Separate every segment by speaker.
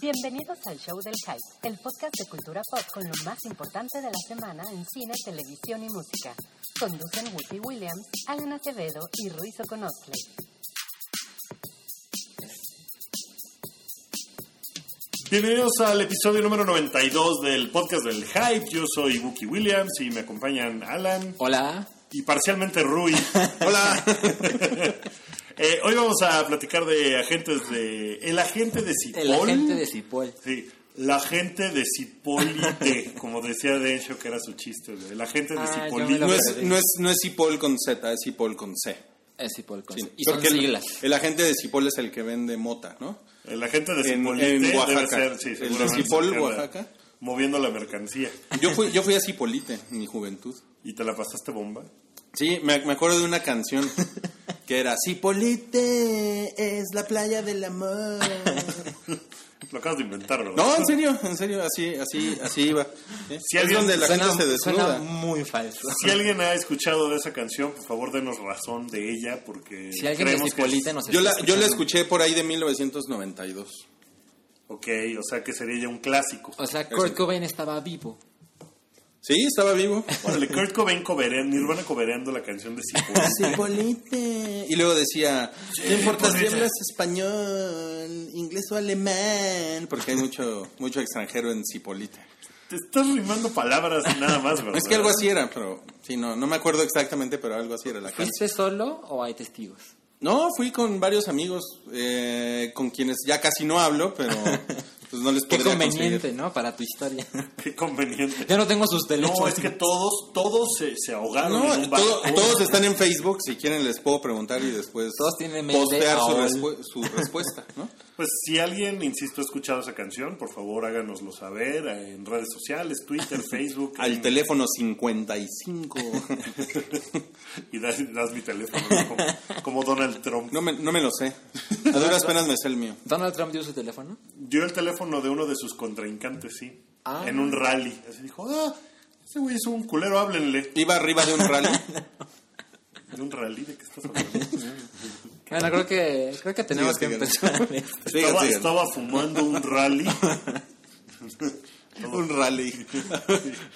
Speaker 1: Bienvenidos al Show del Hype, el podcast de cultura pop con lo más importante de la semana en cine, televisión y música. Conducen Whoopi Williams, Alan Acevedo y Ruiz Oconosle.
Speaker 2: Bienvenidos al episodio número 92 del podcast del Hype. Yo soy Wookie Williams y me acompañan Alan
Speaker 3: Hola.
Speaker 2: y parcialmente Rui. Hola. Eh, hoy vamos a platicar de agentes de... El agente de Cipoll.
Speaker 3: El agente de Cipoll.
Speaker 2: Sí, la gente de Cipolite, como decía de hecho que era su chiste. güey. El agente de
Speaker 3: Ah, yo
Speaker 2: Cipolite.
Speaker 3: me lo
Speaker 4: No es,
Speaker 3: perdí.
Speaker 4: no, es, no es Cipoll con Z, es Cipoll con C.
Speaker 3: Es Cipoll. con-
Speaker 4: Sí,
Speaker 3: Y son
Speaker 4: porque el-
Speaker 3: siglas.
Speaker 4: El, agente de Cipoll es el que vende mota, ¿no?
Speaker 2: El agente de
Speaker 4: En-
Speaker 2: Cipolite
Speaker 4: en
Speaker 2: debe
Speaker 4: Oaxaca.
Speaker 2: ser, sí,
Speaker 4: El de
Speaker 2: seguramente
Speaker 4: Cipoll,
Speaker 2: se queda
Speaker 4: Oaxaca.
Speaker 2: Moviendo la mercancía.
Speaker 4: Yo fui, yo fui a Cipolite en mi juventud.
Speaker 2: ¿Y te la pasaste bomba?
Speaker 4: Sí, me, me acuerdo de una canción que era Cipolite es la playa del amor.
Speaker 2: Lo acabas de inventar, ¿verdad?
Speaker 4: No, en serio, en serio, así, así, así iba. ¿Eh?
Speaker 2: Si
Speaker 4: es
Speaker 2: alguien-
Speaker 4: donde la
Speaker 3: Suena-
Speaker 4: gente se
Speaker 3: suena
Speaker 4: desnuda.
Speaker 3: muy falso.
Speaker 2: Si alguien ha escuchado de esa canción, por favor denos razón de ella, porque
Speaker 3: Si alguien de
Speaker 2: creemos que
Speaker 3: Cipolite
Speaker 2: es-
Speaker 3: nos está
Speaker 4: Yo la, yo la
Speaker 3: escuchando.
Speaker 4: escuché por ahí de 1992.
Speaker 2: Ok, o sea que sería ya un clásico.
Speaker 3: O sea, Kurt Cobain estaba vivo.
Speaker 4: Sí, estaba vivo.
Speaker 2: Órale, Kurt Cobain coverean, Nirvana cobereando la canción de Cipolite.
Speaker 4: Cipolite. Y luego decía, no importa si
Speaker 2: Cipolite.
Speaker 4: hablas español, inglés o alemán, porque hay mucho mucho extranjero en Cipolite.
Speaker 2: Te estás rimando palabras y nada más, ¿verdad?
Speaker 4: Es que algo así era, pero sí, no, no me acuerdo exactamente, pero algo así era la canción.
Speaker 3: ¿Fuiste solo o hay testigos?
Speaker 4: No, fui con varios amigos, eh, con quienes ya casi no hablo, pero pues no les
Speaker 3: Qué
Speaker 4: podría
Speaker 3: conveniente,
Speaker 4: conseguir.
Speaker 3: ¿no? Para tu historia.
Speaker 2: Qué conveniente.
Speaker 3: yo no tengo sus teléfonos.
Speaker 2: No, es que todos, todos se, se ahogaron en
Speaker 4: No,
Speaker 2: un barco.
Speaker 4: todo- todos están en Facebook, si quieren les puedo preguntar y después
Speaker 3: Todos tienen mail de
Speaker 4: postear su,
Speaker 3: AOL.
Speaker 4: respu- su respuesta, ¿no?
Speaker 2: Pues si alguien, insisto, ha escuchado esa canción, por favor háganoslo saber en redes sociales, Twitter, Facebook.
Speaker 4: Al
Speaker 2: en-
Speaker 4: teléfono 55.
Speaker 2: Y das, das mi teléfono, ¿no? como, como Donald Trump.
Speaker 4: No me, no me lo sé. A duras penas me sé el mío.
Speaker 3: ¿Donald Trump dio su teléfono?
Speaker 2: dio el teléfono de uno de sus contrincantes, sí.
Speaker 3: Ah.
Speaker 2: En un rally. Así dijo, ah, ese güey es un culero, háblenle.
Speaker 4: Iba arriba de un rally.
Speaker 2: ¿De un rally? ¿De qué estás hablando?
Speaker 3: Bueno, creo que, creo que tenemos que
Speaker 4: Sigan, sigan.
Speaker 3: empezar. en esto.
Speaker 4: Sigan,
Speaker 2: estaba,
Speaker 4: sigan.
Speaker 2: estaba fumando un rally.
Speaker 4: Un rally.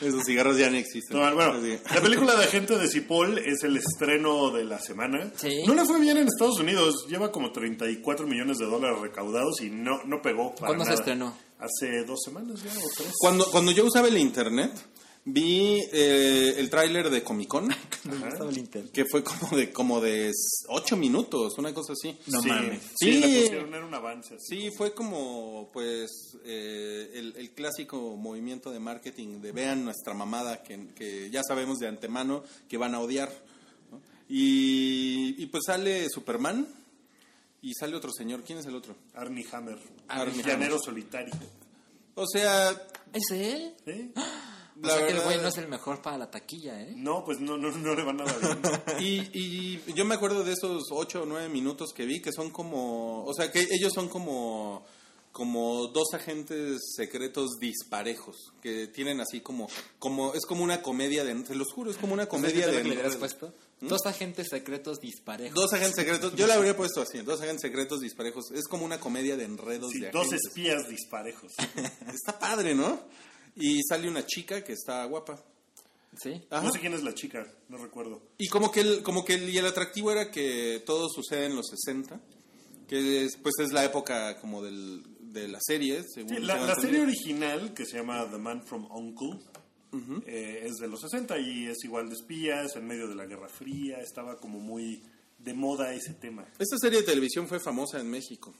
Speaker 4: Esos cigarros ya no existen.
Speaker 2: No, bueno,
Speaker 4: Así.
Speaker 2: la película de Agente de Cipoll es el estreno de la semana.
Speaker 3: Sí.
Speaker 2: No le fue bien en Estados Unidos. Lleva como 34 millones de dólares recaudados y no, no pegó para
Speaker 3: ¿Cuándo se
Speaker 2: nada.
Speaker 3: estrenó?
Speaker 2: Hace dos semanas ya o tres.
Speaker 4: Cuando, cuando yo usaba el internet, vi eh, el tráiler de Comic Con,
Speaker 3: Estaba el internet.
Speaker 4: que fue como de como de 8 minutos, una cosa así.
Speaker 3: No
Speaker 2: sí,
Speaker 3: mames.
Speaker 2: Sí,
Speaker 4: Sí.
Speaker 2: la pusieron, era un avance. así.
Speaker 4: Sí, fue como pues eh, el, el clásico movimiento de marketing de vean nuestra mamada que, que ya sabemos de antemano que van a odiar. ¿no? Y, y pues sale Superman y sale otro señor. ¿Quién es el otro?
Speaker 2: Arnie Hammer.
Speaker 4: Armie
Speaker 2: Llanero
Speaker 4: Hammer.
Speaker 2: solitario.
Speaker 4: O sea,
Speaker 3: ¿Es él?
Speaker 2: ¿Sí?
Speaker 3: O
Speaker 4: la
Speaker 3: sea que el
Speaker 4: verdad-
Speaker 3: güey no es el mejor para la taquilla, ¿eh?
Speaker 2: No, pues no, no, no le van nada bien.
Speaker 4: Y, y yo me acuerdo de esos ocho o nueve minutos que vi que son como, o sea, que ellos son como, como dos agentes secretos disparejos que tienen así como, como es como una comedia de, te los juro, es como una comedia
Speaker 3: ¿Sabes
Speaker 4: de.
Speaker 3: qué le hubieras puesto? Dos ¿Mm? agentes secretos disparejos.
Speaker 4: Dos agentes secretos, yo la habría puesto así, dos agentes secretos disparejos, es como una comedia de enredos
Speaker 2: Sí,
Speaker 4: de
Speaker 2: dos
Speaker 4: agentes.
Speaker 2: espías disparejos.
Speaker 4: Está padre, ¿no? Y sale una chica que está guapa.
Speaker 3: Sí.
Speaker 4: Ajá.
Speaker 2: No sé quién Pues es la chica, no recuerdo.
Speaker 4: Y como que el, como que el, y el atractivo era que todo sucede en los 60, que es, pues es la época como del, de las series. según
Speaker 2: Sí, la,
Speaker 4: tengo
Speaker 2: la serie
Speaker 4: entendido.
Speaker 2: original, que se llama The Man from Uncle, eh, es de los 60 y es igual de espías, en medio de la Guerra Fría, estaba como muy de moda ese tema.
Speaker 4: Esta serie de televisión fue famosa en México,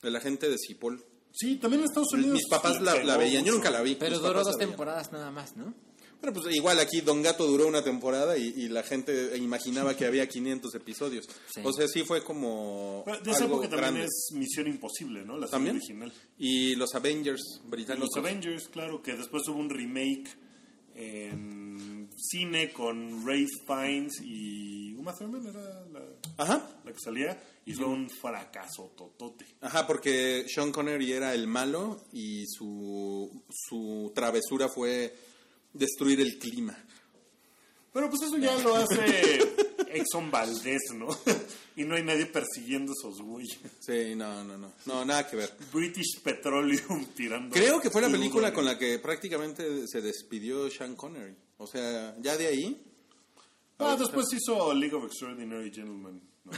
Speaker 4: de la gente de Cipoll.
Speaker 2: Sí, también en Estados Unidos.
Speaker 4: Mis papás la,
Speaker 2: pegó
Speaker 4: la veían, yo
Speaker 2: mucho.
Speaker 4: nunca la vi.
Speaker 3: Pero
Speaker 4: mis
Speaker 3: duró
Speaker 4: papás
Speaker 3: dos
Speaker 4: la veían.
Speaker 3: temporadas nada más, ¿no?
Speaker 4: Pero pues igual aquí Don Gato duró una temporada y, y la gente imaginaba que había 500 episodios.
Speaker 3: Sí.
Speaker 4: O sea, sí fue como
Speaker 2: Pero De esa
Speaker 4: algo
Speaker 2: época también
Speaker 4: grande.
Speaker 2: es Misión Imposible, ¿no? La serie
Speaker 4: ¿También?
Speaker 2: original.
Speaker 4: Y los Avengers
Speaker 2: De
Speaker 4: británicos.
Speaker 2: los Avengers, claro, que después hubo un remake en cine con Ray Fiennes y Uma Thurman era la...
Speaker 4: Ajá.
Speaker 2: la que salía y fue un fracaso totote.
Speaker 4: Ajá, porque Sean Connery era el malo y su, su travesura fue destruir el clima.
Speaker 2: Pero pues eso ya lo hace Exxon Valdez, ¿no? y no hay nadie persiguiendo esos güeyes.
Speaker 4: Sí, no, no, no. No, nada que ver.
Speaker 2: British Petroleum tirando.
Speaker 4: Creo que fue la
Speaker 2: crudo,
Speaker 4: película
Speaker 2: ¿no?
Speaker 4: con la que prácticamente se despidió Sean Connery. O sea, ya de ahí.
Speaker 2: Ah, después hizo League of Extraordinary Gentlemen. ¿no?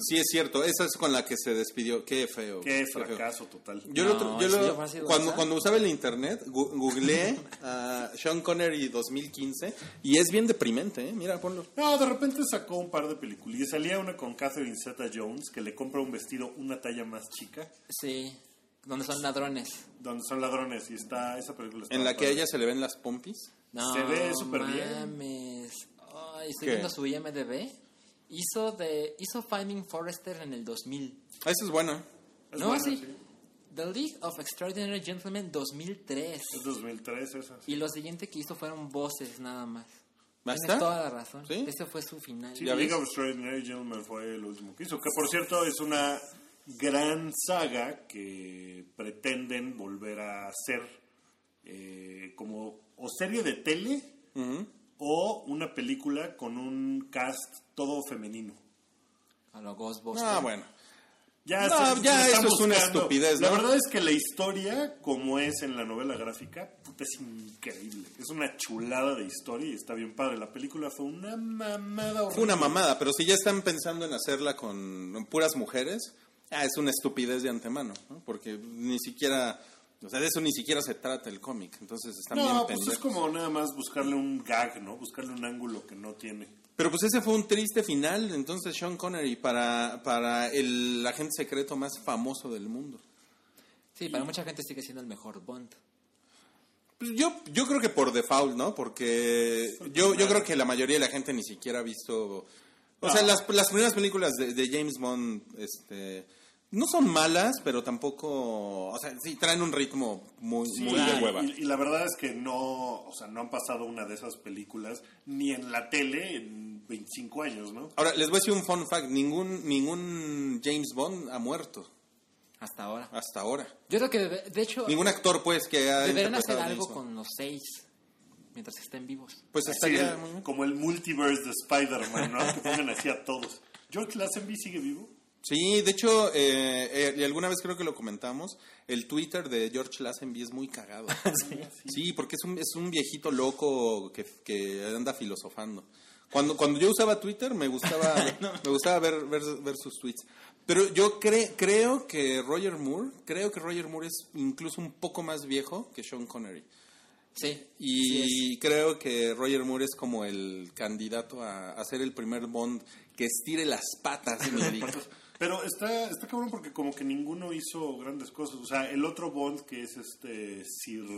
Speaker 4: Sí, es cierto. Esa es con la que se despidió. Qué feo.
Speaker 2: Qué
Speaker 4: feo.
Speaker 2: fracaso total.
Speaker 4: Yo,
Speaker 3: No,
Speaker 4: el otro- yo
Speaker 3: eso
Speaker 4: lo-
Speaker 3: ya fue hace dos
Speaker 4: cuando,
Speaker 3: años.
Speaker 4: cuando usaba el internet, gu- googleé a Sean Connery 2015 y es bien deprimente, ¿eh? Mira, ponlo.
Speaker 2: No, de repente sacó un par de películas. Y salía una con Catherine Zeta Jones que le compra un vestido una talla más chica,
Speaker 3: Sí, donde son ladrones.
Speaker 2: donde son ladrones. Y está esa película. está
Speaker 4: En la que a
Speaker 2: padre.
Speaker 4: ella se le ven las pompis.
Speaker 3: No,
Speaker 2: Se ve súper bien.
Speaker 3: mames. Ay, estoy
Speaker 4: ¿Qué?
Speaker 3: viendo su IMDB. Hizo, de, hizo Finding Forrester en el 2000.
Speaker 4: Ah, Esa es buena.
Speaker 2: Es
Speaker 3: no,
Speaker 2: buena,
Speaker 3: sí.
Speaker 2: sí.
Speaker 3: The League of Extraordinary Gentlemen 2003.
Speaker 2: Es 2003 esa. sí.
Speaker 3: Y lo siguiente que hizo fueron voces nada más.
Speaker 4: ¿Basta?
Speaker 3: Tienes toda la razón.
Speaker 4: ¿Sí?
Speaker 3: Ese fue su final.
Speaker 2: Sí,
Speaker 4: ¿Ya
Speaker 2: League
Speaker 4: ves?
Speaker 2: of Extraordinary Gentlemen fue el último que hizo. Que por cierto es una gran saga que pretenden volver a hacer eh, como o serie de tele o una película con un cast todo femenino.
Speaker 3: A los Ghostbusters.
Speaker 4: Ah, bueno.
Speaker 2: Ya,
Speaker 4: No,
Speaker 2: se- se
Speaker 4: ya
Speaker 2: lo están
Speaker 4: eso es una
Speaker 2: buscando.
Speaker 4: estupidez,
Speaker 2: La
Speaker 4: ¿no?
Speaker 2: verdad es que la historia, como es en la novela gráfica, puta, es increíble. Es una chulada de historia y está bien padre. La película fue una mamada horrible.
Speaker 4: Fue una mamada, pero si ya están pensando en hacerla con puras mujeres, ah, es una estupidez de antemano, ¿no? Porque ni siquiera, o sea, de eso ni siquiera se trata el cómic. Entonces están bien
Speaker 2: No, pues
Speaker 4: pendejos.
Speaker 2: es como nada más buscarle un gag, ¿no? Buscarle un ángulo que no tiene.
Speaker 4: Pero pues ese fue un triste final, entonces Sean Connery para, para el agente secreto más famoso del mundo.
Speaker 3: Sí, para mucha gente sigue siendo el mejor Bond.
Speaker 4: Pues yo, yo creo que por default, ¿no? Porque yo, yo creo que la mayoría de la gente ni siquiera ha visto... O sea,
Speaker 2: No.
Speaker 4: las, las primeras películas de, de James Bond este, no son malas, pero tampoco... O sea, sí, traen un ritmo muy, muy de
Speaker 2: y,
Speaker 4: hueva.
Speaker 2: y- y la verdad es que no, o sea, no han pasado una de esas películas ni en la tele en 25 años, ¿no?
Speaker 4: Ahora, les voy a decir un fun fact. Ningún, ningún James Bond ha muerto
Speaker 3: Hasta ahora.
Speaker 4: hasta ahora.
Speaker 3: Yo creo que, debe- de hecho,
Speaker 4: Ningún actor, pues, que ha...
Speaker 3: deberían hacer
Speaker 4: interpretado a
Speaker 3: algo
Speaker 4: James Bond.
Speaker 3: con los seis mientras estén vivos.
Speaker 4: Pues
Speaker 2: Así,
Speaker 4: estaría
Speaker 2: el-
Speaker 4: muy bien.
Speaker 2: como el multiverse de Spider-Man, ¿no? que pongan así a todos. ¿George Lazenby sigue vivo?
Speaker 4: Sí, de hecho, eh, eh, y alguna vez creo que lo comentamos, el Twitter de George Lazenby es muy cagado. sí, porque es un, es un viejito loco que, que anda filosofando. Cuando, cuando yo usaba Twitter me gustaba, me gustaba ver, ver, ver sus tweets. Pero yo cre- creo que Roger Moore, creo que Roger Moore es incluso un poco más viejo que Sean Connery.
Speaker 3: Sí.
Speaker 4: Y
Speaker 3: sí
Speaker 4: creo que Roger Moore es como el candidato a, a ser el primer Bond que estire las patas. mi diga.
Speaker 2: Pero está, está cabrón porque como que ninguno hizo grandes cosas. O sea, el otro Bond que es este Sir...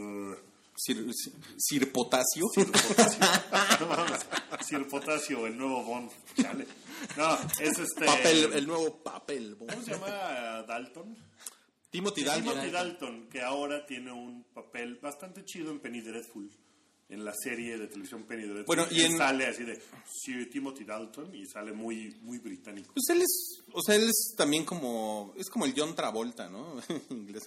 Speaker 4: Sir, Sir- Sir Potasio.
Speaker 2: Sir Potasio. No mames, Sir Potasio, el nuevo Bond. Chale. No, es este...
Speaker 4: Papel, el nuevo papel.
Speaker 2: ¿Cómo se llama Dalton? Timothy
Speaker 4: Timothy Dalton.
Speaker 2: Dalton, que ahora tiene un papel bastante chido en Penny Dreadful. En la serie de televisión Penny Dreadful.
Speaker 4: Bueno, y en-
Speaker 2: sale así de Sir Timothy Dalton y sale muy, muy británico.
Speaker 4: Pues él es, o sea, él es también como, es como el John Travolta, ¿no? Inglés.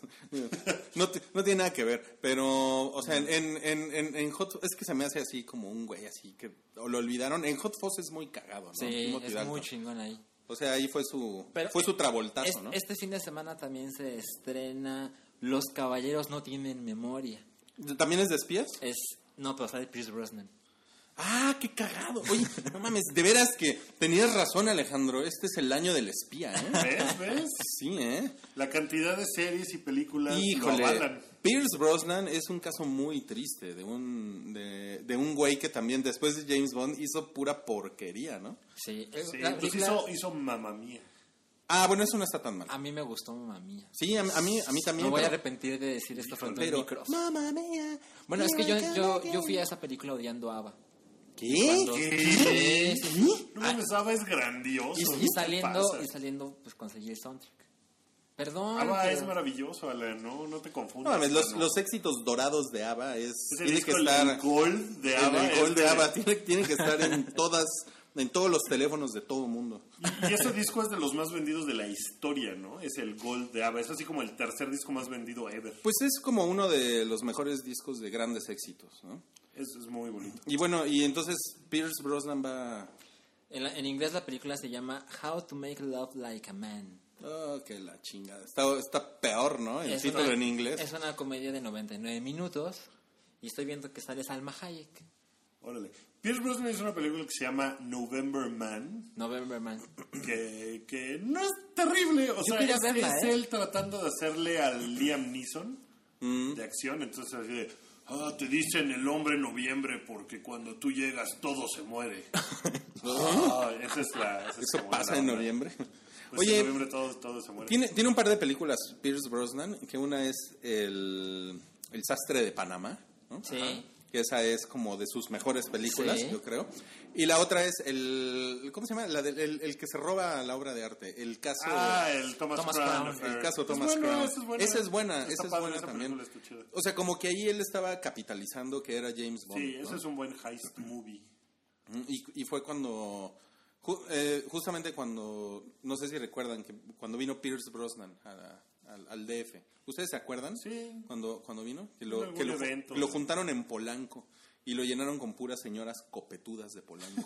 Speaker 4: No, ti- no tiene nada que ver, pero, o sea, en, en, en, en- en Hot, es que se me hace así como un güey así, que o lo olvidaron. En Hot Fuzz es muy cagado, ¿no?
Speaker 3: Sí,
Speaker 4: Timothy
Speaker 3: es
Speaker 4: Dalton.
Speaker 3: muy chingón ahí.
Speaker 4: O sea, ahí fue su,
Speaker 3: Pero-
Speaker 4: fue su travoltazo,
Speaker 3: Es-
Speaker 4: ¿no?
Speaker 3: Este fin de semana también se estrena Los Caballeros No Tienen Memoria.
Speaker 4: ¿También es de espías?
Speaker 3: Es. No, pero sale Pierce Brosnan.
Speaker 4: Ah, qué cagado. Oye, no mames, de veras que tenías razón, Alejandro. Este es el año del espía, ¿eh?
Speaker 2: ¿Ves? ¿Ves?
Speaker 4: Sí, ¿eh?
Speaker 2: La cantidad de series y películas
Speaker 4: Híjole,
Speaker 2: lo avalan.
Speaker 4: Pierce Brosnan es un caso muy triste de un de, de un güey que también después de James Bond hizo pura porquería, ¿no?
Speaker 3: Sí. eh,
Speaker 2: Sí,
Speaker 3: la
Speaker 2: pues
Speaker 3: película-
Speaker 2: hizo, hizo mamá mía.
Speaker 4: Ah, bueno, eso no está tan mal.
Speaker 3: A mí me gustó, mamá mía.
Speaker 4: Sí, a, a mí a mí
Speaker 3: Me
Speaker 4: también.
Speaker 3: voy a
Speaker 4: pero-
Speaker 3: arrepentir de decir esto frente al
Speaker 4: pero-
Speaker 3: micro.
Speaker 4: Mamma mía.
Speaker 3: Bueno, es que yo,
Speaker 4: mira,
Speaker 3: yo,
Speaker 4: mira,
Speaker 3: yo fui a esa película odiando a Ava.
Speaker 4: ¿Qué?
Speaker 3: cuando-
Speaker 2: ¿Qué?
Speaker 3: Sí, sí.
Speaker 2: No me pensaba, es grandioso.
Speaker 3: Ah. Y,
Speaker 2: ¿no?
Speaker 3: y
Speaker 2: ¿Qué
Speaker 3: saliendo,
Speaker 2: pasa?
Speaker 3: y saliendo, pues conseguí el soundtrack. Perdón.
Speaker 2: Ava
Speaker 3: pero-
Speaker 2: es maravilloso, Alan, no, no te
Speaker 4: No
Speaker 2: confundas.
Speaker 4: mames, los,
Speaker 2: mano.
Speaker 4: los éxitos dorados de ABBA es,
Speaker 2: es el
Speaker 4: tiene que
Speaker 2: disco, el
Speaker 4: estar
Speaker 2: Gold de
Speaker 4: en
Speaker 2: Ava.
Speaker 4: el gol
Speaker 2: este,
Speaker 4: de ABBA tiene, tiene que estar en todas en todos los teléfonos de todo mundo.
Speaker 2: Y, y ese disco es de los más vendidos de la historia, ¿no? Es el Gold de Ava. Es así como el tercer disco más vendido ever.
Speaker 4: Pues es como uno de los mejores discos de grandes éxitos, ¿no?
Speaker 2: Es, es muy bonito.
Speaker 4: Y bueno, y entonces Pierce Brosnan va
Speaker 3: En, la- en inglés la película se llama How to Make Love Like a Man.
Speaker 4: Oh, que la chingada. Está, está peor, ¿no? El
Speaker 3: Es
Speaker 4: título
Speaker 3: una-
Speaker 4: en inglés.
Speaker 3: Es una comedia de 99 minutos y estoy viendo que sale Salma Hayek.
Speaker 2: Órale. Pierce Brosnan hizo una película que se llama November Man,
Speaker 3: November Man.
Speaker 2: que, que no es terrible. O sea,
Speaker 3: quería
Speaker 2: es,
Speaker 3: verla,
Speaker 2: es
Speaker 3: ¿eh?
Speaker 2: él tratando de hacerle al Liam Neeson
Speaker 4: Mm.
Speaker 2: de acción. Entonces, así de, "Ah, te dicen el hombre noviembre porque cuando tú llegas todo se muere. Ah, esa es la. esa es la
Speaker 4: Eso
Speaker 2: buena
Speaker 4: pasa en
Speaker 2: onda.
Speaker 4: noviembre.
Speaker 2: Pues en
Speaker 4: Oye,
Speaker 2: noviembre todo, todo se muere.
Speaker 4: tiene, tiene un par de películas Pierce Brosnan, que una es El, el sastre de Panamá, ¿no?
Speaker 3: Sí.
Speaker 4: que esa es como de sus mejores películas,
Speaker 3: Sí.
Speaker 4: yo creo. Y la otra es el, ¿cómo se llama? La del- el, el que se roba la obra de arte, el caso...
Speaker 2: Ah, el Thomas,
Speaker 3: Thomas
Speaker 2: Crown.
Speaker 3: Crown,
Speaker 2: Affair.
Speaker 4: el caso
Speaker 2: Es
Speaker 4: Thomas
Speaker 2: buena,
Speaker 4: Crown.
Speaker 2: Esa es buena,
Speaker 4: Esa es buena,
Speaker 2: Está
Speaker 4: esa es
Speaker 2: padre,
Speaker 4: buena
Speaker 2: esa
Speaker 4: también.
Speaker 2: película está chida.
Speaker 4: O sea, como que ahí él estaba capitalizando que era James Bond.
Speaker 2: Sí,
Speaker 4: ¿no?
Speaker 2: ese es un buen heist movie.
Speaker 4: Mm, Y, y fue cuando, ju- eh, justamente cuando, no sé si recuerdan, que cuando vino Pierce Brosnan a la- al, al DF. ¿Ustedes se acuerdan?
Speaker 2: Sí.
Speaker 4: Cuando, cuando vino, que
Speaker 2: En
Speaker 4: lo,
Speaker 2: algún
Speaker 4: que lo, ju-
Speaker 2: evento.
Speaker 4: lo juntaron en Polanco y lo llenaron con puras señoras copetudas de Polanco,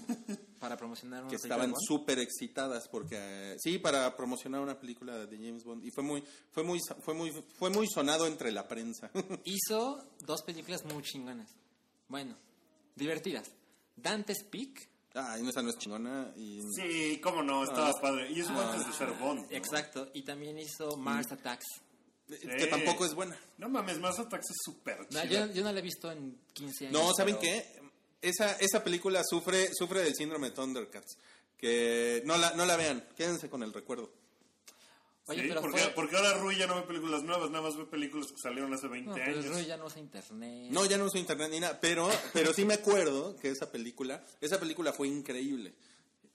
Speaker 3: Para promocionar una
Speaker 4: que
Speaker 3: película
Speaker 4: estaban
Speaker 3: de Bond.
Speaker 4: súper excitadas porque, eh, sí, para promocionar una película de James Bond. Y fue muy, fue muy, sa- fue muy, fue muy sonado entre la prensa.
Speaker 3: Hizo dos películas muy chingonas. Bueno, divertidas. Dante's Peak.
Speaker 4: ah, y esa no es chingona. Y,
Speaker 2: Sí, cómo no, estaba
Speaker 4: Ah.
Speaker 2: padre. Y eso fue antes de ser Bond. ¿no?
Speaker 3: Ah. Exacto. Y también hizo
Speaker 4: Mm.
Speaker 3: Mars Attacks.
Speaker 4: Que tampoco es buena.
Speaker 2: No mames, Mars Attacks es súper
Speaker 3: No,
Speaker 2: chida.
Speaker 3: yo, yo no la he visto en 15 años.
Speaker 4: No, ¿saben
Speaker 3: pero-
Speaker 4: qué? Esa, esa película sufre, sufre del síndrome de Thundercats. Que no la, no la vean, quédense con el recuerdo.
Speaker 3: Oye,
Speaker 2: Sí,
Speaker 3: pero
Speaker 2: porque,
Speaker 3: fue-
Speaker 2: porque ahora Rui ya no ve películas nuevas, nada más ve películas que salieron hace 20
Speaker 3: No, pero
Speaker 2: años.
Speaker 3: el Rui ya no usa internet.
Speaker 4: No, ya no uso internet ni nada, pero, pero sí me acuerdo que esa película, esa película fue increíble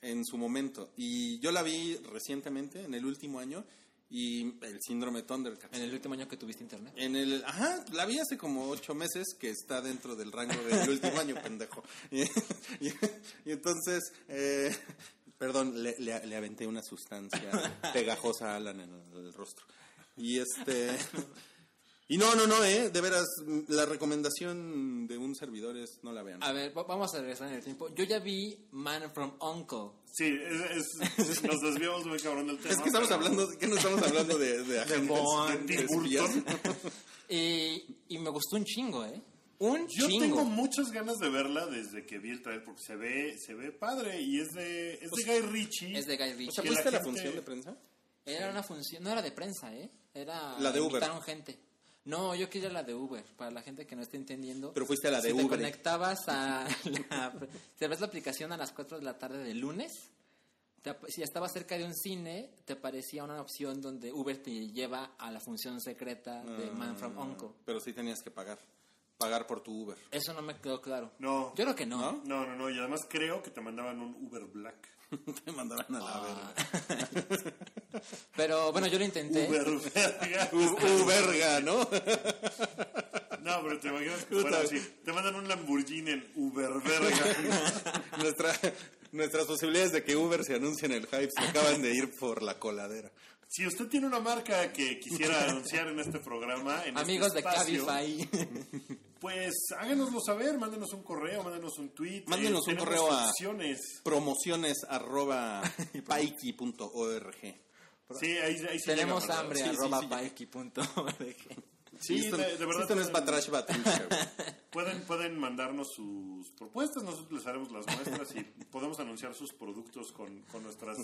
Speaker 4: en su momento. Y yo la vi recientemente, en el último año, y el síndrome de Thundercats.
Speaker 3: En el último año que tuviste internet.
Speaker 4: En el, ajá, la vi hace como ocho meses que está dentro del rango del último año, pendejo. Y, y- y entonces, eh, perdón, le, le- le aventé una sustancia pegajosa a Alan en el, el rostro. Y este... Y no, no, no, eh, de veras, la recomendación de un servidor es no la vean.
Speaker 3: A ver, va- vamos a regresar en el tiempo. Yo ya vi Man from Uncle.
Speaker 2: Sí, es- es- nos desviamos muy cabrón del tema.
Speaker 4: Es que estamos
Speaker 2: pero-
Speaker 4: hablando, ¿qué no estamos hablando de, de agentes,
Speaker 3: Bond,
Speaker 4: de
Speaker 2: de
Speaker 4: espías?
Speaker 2: Burton.
Speaker 3: Y, y me gustó un chingo, ¿eh? Un
Speaker 2: Yo
Speaker 3: chingo.
Speaker 2: tengo muchas ganas de verla desde que vi el trailer porque se ve, se ve padre y es de, es de Guy Ritchie.
Speaker 3: Pues, es de Guy Ritchie.
Speaker 4: O sea,
Speaker 2: Que la
Speaker 4: ¿viste la
Speaker 2: gente-
Speaker 4: función de prensa?
Speaker 3: Era una función, no era de prensa, ¿eh? Era...
Speaker 4: La de Uber.
Speaker 3: invitaron gente. No, yo quería la de Uber, para la gente que no esté entendiendo.
Speaker 4: Pero fuiste a la de
Speaker 3: si te
Speaker 4: Uber.
Speaker 3: conectabas a la... Te ves la aplicación a las 4 de la tarde del lunes. te ap- si estabas cerca de un cine, te parecía una opción donde Uber te lleva a la función secreta de
Speaker 4: Mm.
Speaker 3: Man from Uncle.
Speaker 4: Pero sí tenías que pagar, pagar por tu Uber.
Speaker 3: Eso no me quedó claro.
Speaker 2: No.
Speaker 3: Yo creo que no.
Speaker 4: ¿No?
Speaker 2: No, no, no. Y además creo que te mandaban un Uber Black.
Speaker 4: Te mandaban a la verga.
Speaker 3: Ah. Pero bueno, yo lo intenté.
Speaker 2: Uber verga.
Speaker 4: U- verga, ¿no?
Speaker 2: No, pero te imaginas que fuera así. Te mandan un Lamborghini en Uber verga.
Speaker 4: Nuestra- nuestras posibilidades de que Uber se anuncie en el hype se acaban de ir por la coladera.
Speaker 2: Si usted tiene una marca que quisiera anunciar en este programa, en este
Speaker 3: Amigos de
Speaker 2: espacio,
Speaker 3: Cabify.
Speaker 2: pues háganoslo saber, mándenos un correo, mándenos un tweet. eh,
Speaker 4: Mándenos un
Speaker 2: tenemos
Speaker 4: correo a-
Speaker 2: opciones.
Speaker 4: Promociones arroba paiki.org.
Speaker 2: Sí, ahí, ahí sí
Speaker 3: Tenemos
Speaker 2: llega, ¿verdad?
Speaker 3: hambre,
Speaker 4: Sí, sí,
Speaker 3: arroba
Speaker 4: sí.
Speaker 3: paiki.org.
Speaker 2: Sí,
Speaker 4: esto,
Speaker 2: de- de verdad
Speaker 4: esto no es
Speaker 2: pueden-
Speaker 4: para trash but true, sir.
Speaker 2: Pueden, pueden mandarnos sus propuestas, nosotros les haremos las muestras y podemos anunciar sus productos con, con nuestras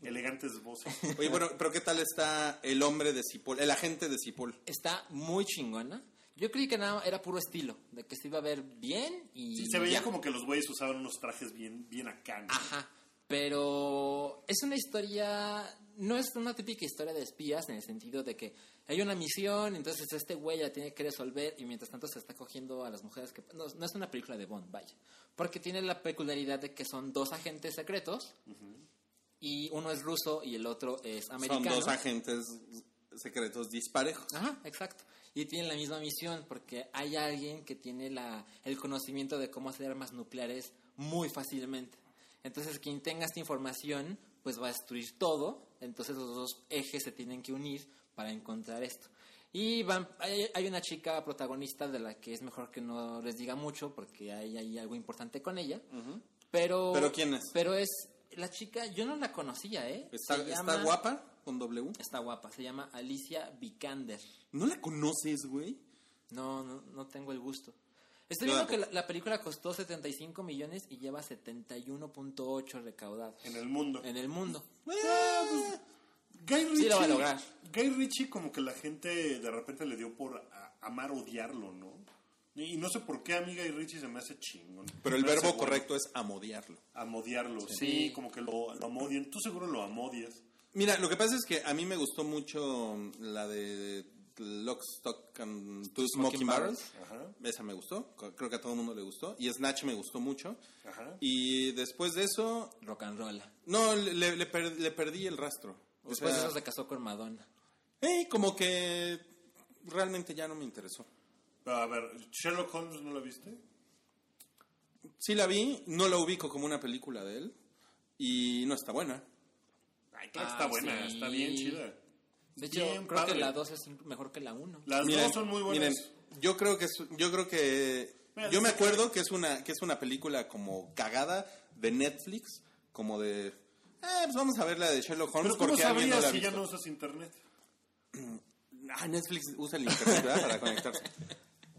Speaker 2: elegantes voces.
Speaker 4: Oye, bueno, pero ¿qué tal está el hombre de Cipoll, el agente de Cipoll?
Speaker 3: Está muy chingona. Yo creí que nada, era puro estilo, de que se iba a ver bien y...
Speaker 2: Sí, se veía
Speaker 3: ya.
Speaker 2: como que los güeyes usaban unos trajes bien, bien acá.
Speaker 4: Ah.
Speaker 2: ¿no?
Speaker 3: Ajá, pero es una historia, no es una típica historia de espías en el sentido de que hay una misión, entonces este güey la tiene que resolver y mientras tanto se está cogiendo a las mujeres que... No, no es una película de Bond, vaya, porque tiene la peculiaridad de que son dos agentes secretos y uno es ruso y el otro es
Speaker 4: Son
Speaker 3: americano.
Speaker 4: dos agentes secretos disparejos.
Speaker 3: Ajá, exacto. Y tienen la misma misión porque hay alguien que tiene la, el conocimiento de cómo hacer armas nucleares muy fácilmente. Entonces, quien tenga esta información, pues va a destruir todo. Entonces, los dos ejes se tienen que unir para encontrar esto. Y van, hay, hay una chica protagonista de la que es mejor que no les diga mucho porque hay, hay algo importante con ella. Pero,
Speaker 4: ¿Pero quién es?
Speaker 3: Pero es la chica, yo no la conocía, ¿eh?
Speaker 4: Está,
Speaker 3: Se
Speaker 4: está
Speaker 3: llama-
Speaker 4: guapa con W.
Speaker 3: Está guapa, se llama Alicia Vikander.
Speaker 4: ¿No la conoces, güey?
Speaker 3: No, no, no tengo el gusto. Estoy
Speaker 4: Yo
Speaker 3: viendo que la, la película costó 75 millones y lleva 71.8 recaudados.
Speaker 2: en el mundo.
Speaker 3: En el mundo. pues,
Speaker 4: Ah,
Speaker 2: Guy Ritchie,
Speaker 3: lo va a lograr.
Speaker 2: Guy Ritchie como que la gente de repente le dio por a- amar odiarlo, ¿no? Y y no sé por qué a mí Guy Ritchie se me hace chingón.
Speaker 4: Pero el
Speaker 2: Me hace
Speaker 4: verbo
Speaker 2: bueno.
Speaker 4: correcto es amodiarlo.
Speaker 2: Amodiarlo, sí,
Speaker 3: Sí.
Speaker 2: como que lo, lo amodian. Tú seguro lo amodias.
Speaker 4: Mira, lo que pasa es que a mí me gustó mucho la de Lock, Stock and Two Smoking Barrels.
Speaker 2: Ajá.
Speaker 4: Esa me gustó. co- Creo que a todo el mundo le gustó. Y Snatch me gustó mucho.
Speaker 2: Ajá.
Speaker 4: Y después de eso...
Speaker 3: Rock and roll.
Speaker 4: No, le, le per- le perdí el rastro. O
Speaker 3: Después de
Speaker 4: sea,
Speaker 3: eso se casó con Madonna.
Speaker 4: eh, como que realmente ya no me interesó.
Speaker 2: Pero a ver, Sherlock Holmes no lo viste?
Speaker 4: Sí la vi, no la ubico como una película de él. Y no está buena.
Speaker 2: Ay, claro,
Speaker 3: Ah,
Speaker 2: está buena,
Speaker 3: sí.
Speaker 2: está bien chida.
Speaker 3: De hecho,
Speaker 2: Bien
Speaker 3: creo
Speaker 2: padre.
Speaker 3: que la 2 es inc- mejor que la 1.
Speaker 2: Las dos son muy buenas.
Speaker 4: miren, yo creo que es- yo creo que
Speaker 2: Mira,
Speaker 4: yo me
Speaker 2: dice que-
Speaker 4: acuerdo que es una que es una película como cagada de Netflix, como de "Ah, pues vamos a ver la de Sherlock Holmes
Speaker 2: Pero ¿cómo
Speaker 4: porque alguien no
Speaker 2: sabrías
Speaker 4: la ha
Speaker 2: si ya
Speaker 4: visto".
Speaker 2: no usas internet?
Speaker 4: Ah, Netflix usa el internet ¿verdad? para conectarse.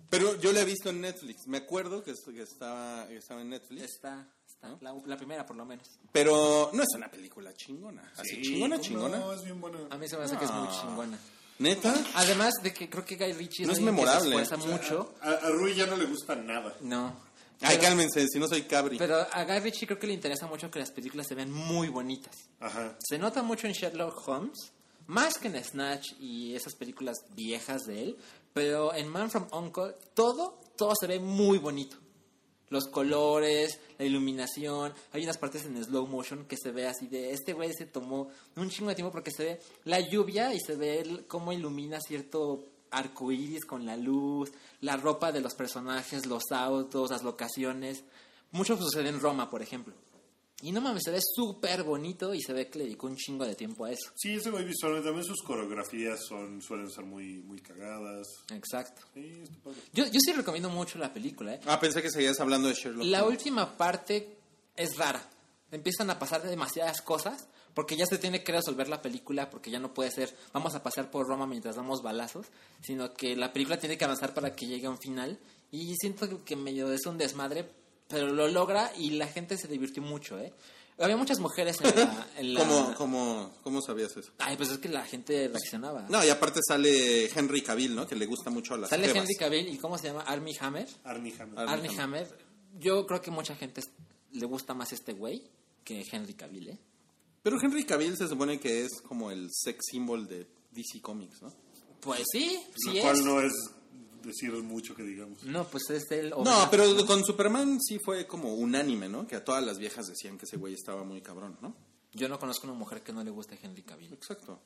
Speaker 4: Pero yo la he visto en Netflix. Me acuerdo que, es- que estaba que estaba en Netflix,
Speaker 3: Está, está. La, la primera, por lo menos.
Speaker 4: pero no es una película chingona, así
Speaker 2: Sí,
Speaker 4: chingona
Speaker 2: ¿cómo
Speaker 4: chingona.
Speaker 2: No, es bien buena.
Speaker 3: A mí se me hace que es muy
Speaker 4: No.
Speaker 3: chingona.
Speaker 4: Neta?
Speaker 3: Además de que creo que Guy Ritchie
Speaker 4: No es
Speaker 3: alguien que se
Speaker 4: memorable.
Speaker 3: esfuerza mucho.
Speaker 2: A, a Rui ya no le gusta nada.
Speaker 3: No.
Speaker 4: Ay,
Speaker 3: Pero-
Speaker 4: cálmense, si no soy cabri.
Speaker 3: Pero a Guy Ritchie creo que le interesa mucho que las películas se vean muy bonitas.
Speaker 2: Ajá.
Speaker 3: Se nota mucho en Sherlock Holmes, más que en Snatch y esas películas viejas de él, pero en Man from Uncle todo, todo se ve muy bonito. Los colores, la iluminación, hay unas partes en slow motion que se ve así de, este güey se tomó un chingo de tiempo porque se ve la lluvia y se ve el- cómo ilumina cierto arco iris con la luz, la ropa de los personajes, los autos, las locaciones. Mucho sucede en Roma, por ejemplo. Y no mames, se ve súper bonito y se ve que le dedicó un chingo de tiempo a eso.
Speaker 2: Sí, ese güey visualmente, también sus coreografías son, suelen ser muy, muy cagadas.
Speaker 3: Exacto.
Speaker 2: Sí, está padre.
Speaker 3: Yo, yo sí recomiendo mucho la película, ¿eh?
Speaker 4: Ah, pensé que seguías hablando de Sherlock.
Speaker 3: La
Speaker 4: Holmes.
Speaker 3: última parte es rara. Empiezan a pasar demasiadas cosas porque ya se tiene que resolver la película porque ya no puede ser vamos a pasar por Roma mientras damos balazos, sino que la película tiene que avanzar para que llegue a un final y siento que medio es un desmadre, pero lo logra y la gente se divirtió mucho, ¿eh? Había muchas mujeres en la... en la-
Speaker 4: ¿Cómo, cómo, cómo sabías eso?
Speaker 3: Ay, pues es que la gente reaccionaba.
Speaker 4: No, y aparte sale Henry Cavill, ¿no? Que le gusta mucho a las
Speaker 3: Sale
Speaker 4: jevas.
Speaker 3: Henry Cavill y ¿cómo se llama? Army Hammer.
Speaker 2: Armie Hammer.
Speaker 4: Ar- Armie
Speaker 3: Army Hammer. Yo creo que mucha gente es- le gusta más este güey que Henry Cavill, ¿eh?
Speaker 4: Pero Henry Cavill se supone que es como el sex symbol de DC Comics, ¿no?
Speaker 3: Pues sí, sí
Speaker 2: lo
Speaker 3: es.
Speaker 2: cual
Speaker 3: no.
Speaker 2: no es decir mucho que digamos.
Speaker 3: pues es el...
Speaker 4: No, pero con Superman sí fue como unánime, ¿no? Que a todas las viejas decían que ese güey estaba muy cabrón, ¿no?
Speaker 3: Yo no conozco una mujer que no le guste Henry Cavill.
Speaker 4: Exacto.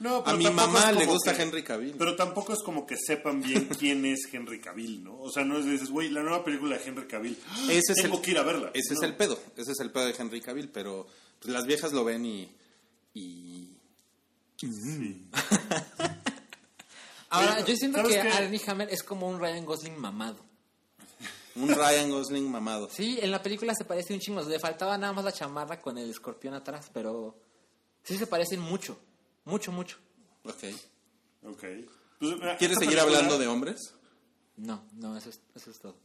Speaker 2: No,
Speaker 4: A mi
Speaker 2: tampoco
Speaker 4: mamá
Speaker 2: es
Speaker 4: le
Speaker 2: como
Speaker 4: gusta
Speaker 2: que-
Speaker 4: Henry Cavill.
Speaker 2: Pero tampoco es como que sepan bien quién es Henry Cavill, ¿no? O sea, no es dices, güey, la nueva película de Henry Cavill.
Speaker 4: Ese es
Speaker 2: Tengo
Speaker 4: el-
Speaker 2: que ir a verla.
Speaker 4: Ese es
Speaker 2: No.
Speaker 4: el pedo, ese es el pedo de Henry Cavill, pero pues, las viejas lo ven y... y...
Speaker 3: Ahora,
Speaker 2: Oye,
Speaker 3: yo siento
Speaker 2: ¿sabes
Speaker 3: que
Speaker 2: qué?
Speaker 3: Armie Hammer es como un Ryan Gosling mamado.
Speaker 4: Un Ryan Gosling mamado.
Speaker 3: Sí, en la película se parece un chingo. Le faltaba nada más la chamarra con el escorpión atrás, pero... Sí se parecen mucho. Mucho, mucho.
Speaker 4: Ok.
Speaker 2: Ok. Pues, mira,
Speaker 4: ¿Quieres
Speaker 2: esta
Speaker 4: seguir
Speaker 2: película-
Speaker 4: hablando de hombres?
Speaker 3: No, no, eso es, eso es todo.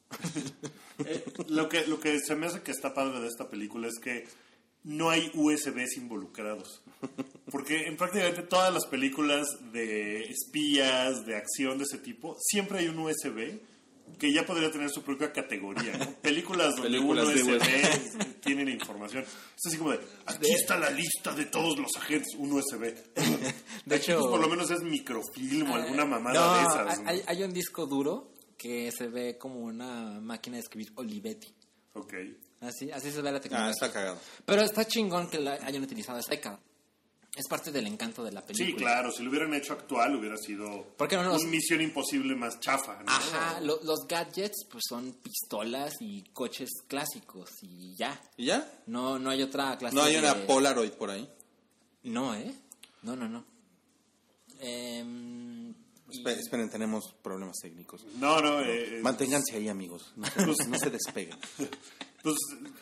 Speaker 2: Eh, lo, que, lo que se me hace que está padre de esta película es que no hay USBs involucrados. Porque en prácticamente todas las películas de espías, de acción de ese tipo, siempre hay un USB que ya podría tener su propia categoría. ¿no? Películas donde
Speaker 4: Películas
Speaker 2: un
Speaker 4: de
Speaker 2: USB tiene la información. Es así como de, aquí está la lista de todos los agentes, un USB.
Speaker 3: De
Speaker 2: De
Speaker 3: hecho- ah,
Speaker 2: hecho, pues, por lo menos es microfilm o alguna mamada
Speaker 3: No,
Speaker 2: de esas. ¿no?
Speaker 3: Hay, hay un disco duro que se ve como una máquina de escribir Olivetti.
Speaker 2: Ok.
Speaker 3: Así, así se ve la
Speaker 4: Ah,
Speaker 3: tecnología.
Speaker 4: está cagado.
Speaker 3: Pero está chingón que la hayan utilizado esa década. Es parte del encanto de la película.
Speaker 2: Sí, claro, si lo hubieran hecho actual hubiera sido
Speaker 3: Pues. ¿Por qué no nos-
Speaker 2: un Misión Imposible más chafa, ¿no?
Speaker 3: Ajá, lo- los gadgets pues son pistolas y coches clásicos y ya.
Speaker 4: ¿Y ya?
Speaker 3: No, no hay otra clase
Speaker 4: No hay una
Speaker 3: de-
Speaker 4: Polaroid por ahí.
Speaker 3: No, ¿eh? No, no, no. Em, y-
Speaker 4: Espe- esperen, tenemos problemas técnicos.
Speaker 2: No, no, eh, eh,
Speaker 4: Manténganse ahí, amigos. No se, no se despeguen.
Speaker 2: pues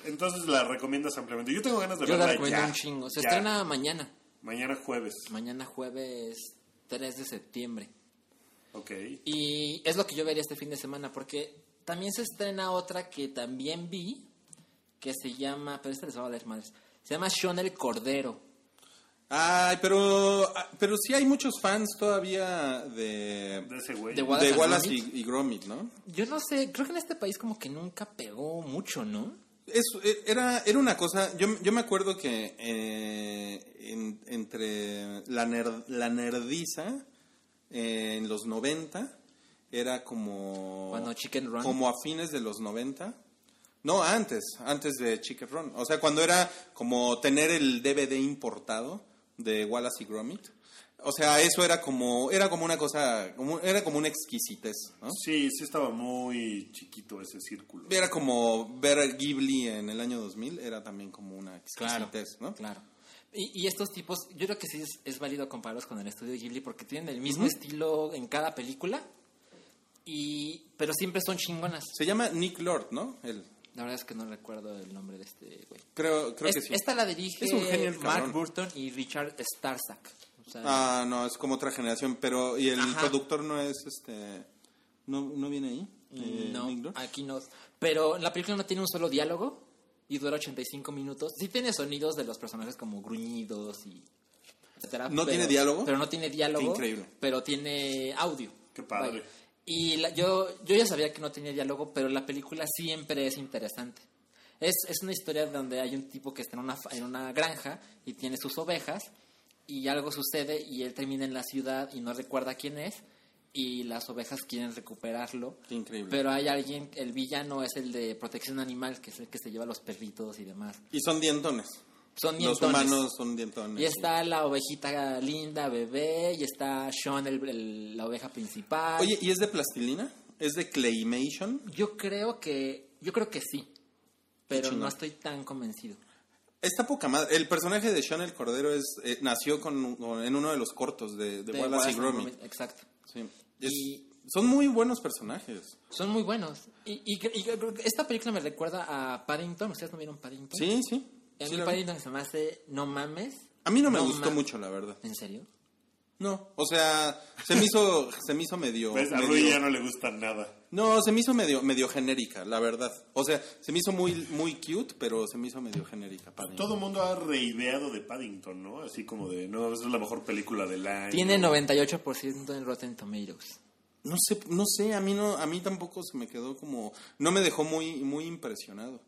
Speaker 2: entonces la recomiendas ampliamente. Yo tengo ganas de
Speaker 3: yo la
Speaker 2: verla
Speaker 3: recomiendo
Speaker 2: ya,
Speaker 3: un chingo. Se
Speaker 2: ya.
Speaker 3: estrena mañana.
Speaker 2: Mañana jueves.
Speaker 3: Mañana jueves 3 de septiembre.
Speaker 2: Ok.
Speaker 3: Y es lo que yo vería este fin de semana, porque también se estrena otra que también vi, que se llama, pero esta les va a valer madres, se llama Sean el Cordero.
Speaker 4: Ay, pero, ah, pero sí hay muchos fans todavía de,
Speaker 2: De ese güey.
Speaker 3: De Wallace
Speaker 4: de
Speaker 3: and
Speaker 4: Wallace
Speaker 3: Gromit.
Speaker 4: y, y Gromit, ¿no?
Speaker 3: Yo no sé, creo que en este país como que nunca pegó mucho, ¿no?
Speaker 4: Es, e- era, era una cosa, yo, yo me acuerdo que eh, en- entre la, ner- la nerdiza eh, en los 90 era como...
Speaker 3: Cuando Chicken Run.
Speaker 4: Como a fines de los 90. No, antes, antes de Chicken Run. O sea, cuando era como tener el DVD importado de Wallace y Gromit. O sea, eso era como, era como una cosa, como, era como una exquisitez, ¿no?
Speaker 2: Sí, sí estaba muy chiquito ese círculo.
Speaker 4: Era como ver a Ghibli en el año 2000, era también como una exquisitez, ¿no?
Speaker 3: Claro. Y, y estos tipos, yo creo que sí es, es válido compararlos con el estudio Ghibli porque tienen el mismo estilo en cada película, y pero siempre son chingonas.
Speaker 4: Se llama Nick Lord, ¿no? Él.
Speaker 3: La verdad es que no recuerdo el nombre de este güey.
Speaker 4: Creo, creo
Speaker 3: Es-
Speaker 4: que sí.
Speaker 3: Esta la dirige
Speaker 4: Es un genio el
Speaker 3: Mark
Speaker 4: cabrón.
Speaker 3: Burton y Richard Starsack. O sea,
Speaker 4: Ah, no, es como otra generación, pero... ¿Y el
Speaker 3: Ajá.
Speaker 4: productor no es este... ¿No, no viene ahí? Eh,
Speaker 3: no,
Speaker 4: Nick Lord.
Speaker 3: aquí no. Pero la película no tiene un solo diálogo y dura 85 minutos. Sí tiene sonidos de los personajes como gruñidos y etcétera.
Speaker 4: ¿No
Speaker 3: pero-
Speaker 4: tiene diálogo?
Speaker 3: Pero no tiene diálogo.
Speaker 4: Qué increíble.
Speaker 3: Pero tiene audio.
Speaker 2: Qué padre.
Speaker 3: Vaya. Y la- yo, yo ya sabía que no tenía diálogo, pero la película siempre es interesante. Es, es una historia donde hay un tipo que está en una, fa- en una granja y tiene sus ovejas y algo sucede y él termina en la ciudad y no recuerda quién es y las ovejas quieren recuperarlo.
Speaker 4: Qué increíble.
Speaker 3: Pero hay alguien, el villano es el de protección animal, que es el que se lleva a los perritos y demás.
Speaker 4: Y son dientones.
Speaker 3: Son
Speaker 4: Los
Speaker 3: dientones.
Speaker 4: humanos son dientones.
Speaker 3: Y está la ovejita linda, bebé, y está Sean, el- el- la oveja principal.
Speaker 4: Oye, ¿y es de plastilina? ¿Es de claymation?
Speaker 3: Yo creo que, yo creo que sí, pero
Speaker 4: chingón.
Speaker 3: no estoy tan convencido.
Speaker 4: Está poca madre. El personaje de Sean el Cordero es, eh, nació con, con- en uno de los cortos de, de
Speaker 3: De
Speaker 4: Wallace y
Speaker 3: and
Speaker 4: Gromit.
Speaker 3: Exacto.
Speaker 4: Sí. Es-
Speaker 3: Y-
Speaker 4: Son muy buenos personajes.
Speaker 3: Son muy buenos. Y, y, y yo creo que esta película me recuerda a Paddington. ¿Ustedes no vieron Paddington?
Speaker 4: Sí, sí.
Speaker 3: A mí
Speaker 4: Sí, la vi.
Speaker 3: Paddington se me hace no mames.
Speaker 4: A mí no me gustó
Speaker 3: mames.
Speaker 4: mucho, la verdad.
Speaker 3: ¿En serio?
Speaker 4: No, o sea, se me hizo, se me hizo medio...
Speaker 2: ¿Ves? A
Speaker 4: medio-
Speaker 2: Rui ya no le gusta nada.
Speaker 4: No, se me hizo medio, medio genérica, la verdad. O sea, se me hizo muy, muy cute, pero se me hizo medio genérica. Para mí.
Speaker 2: Todo el mundo ha reideado de Paddington, ¿no? Así como de, no, esa es la mejor película del año.
Speaker 4: Eh,
Speaker 3: Tiene 98% en Rotten Tomatoes.
Speaker 4: No sé, no sé, a mí no, a mí tampoco se me quedó como, no me dejó muy, muy impresionado.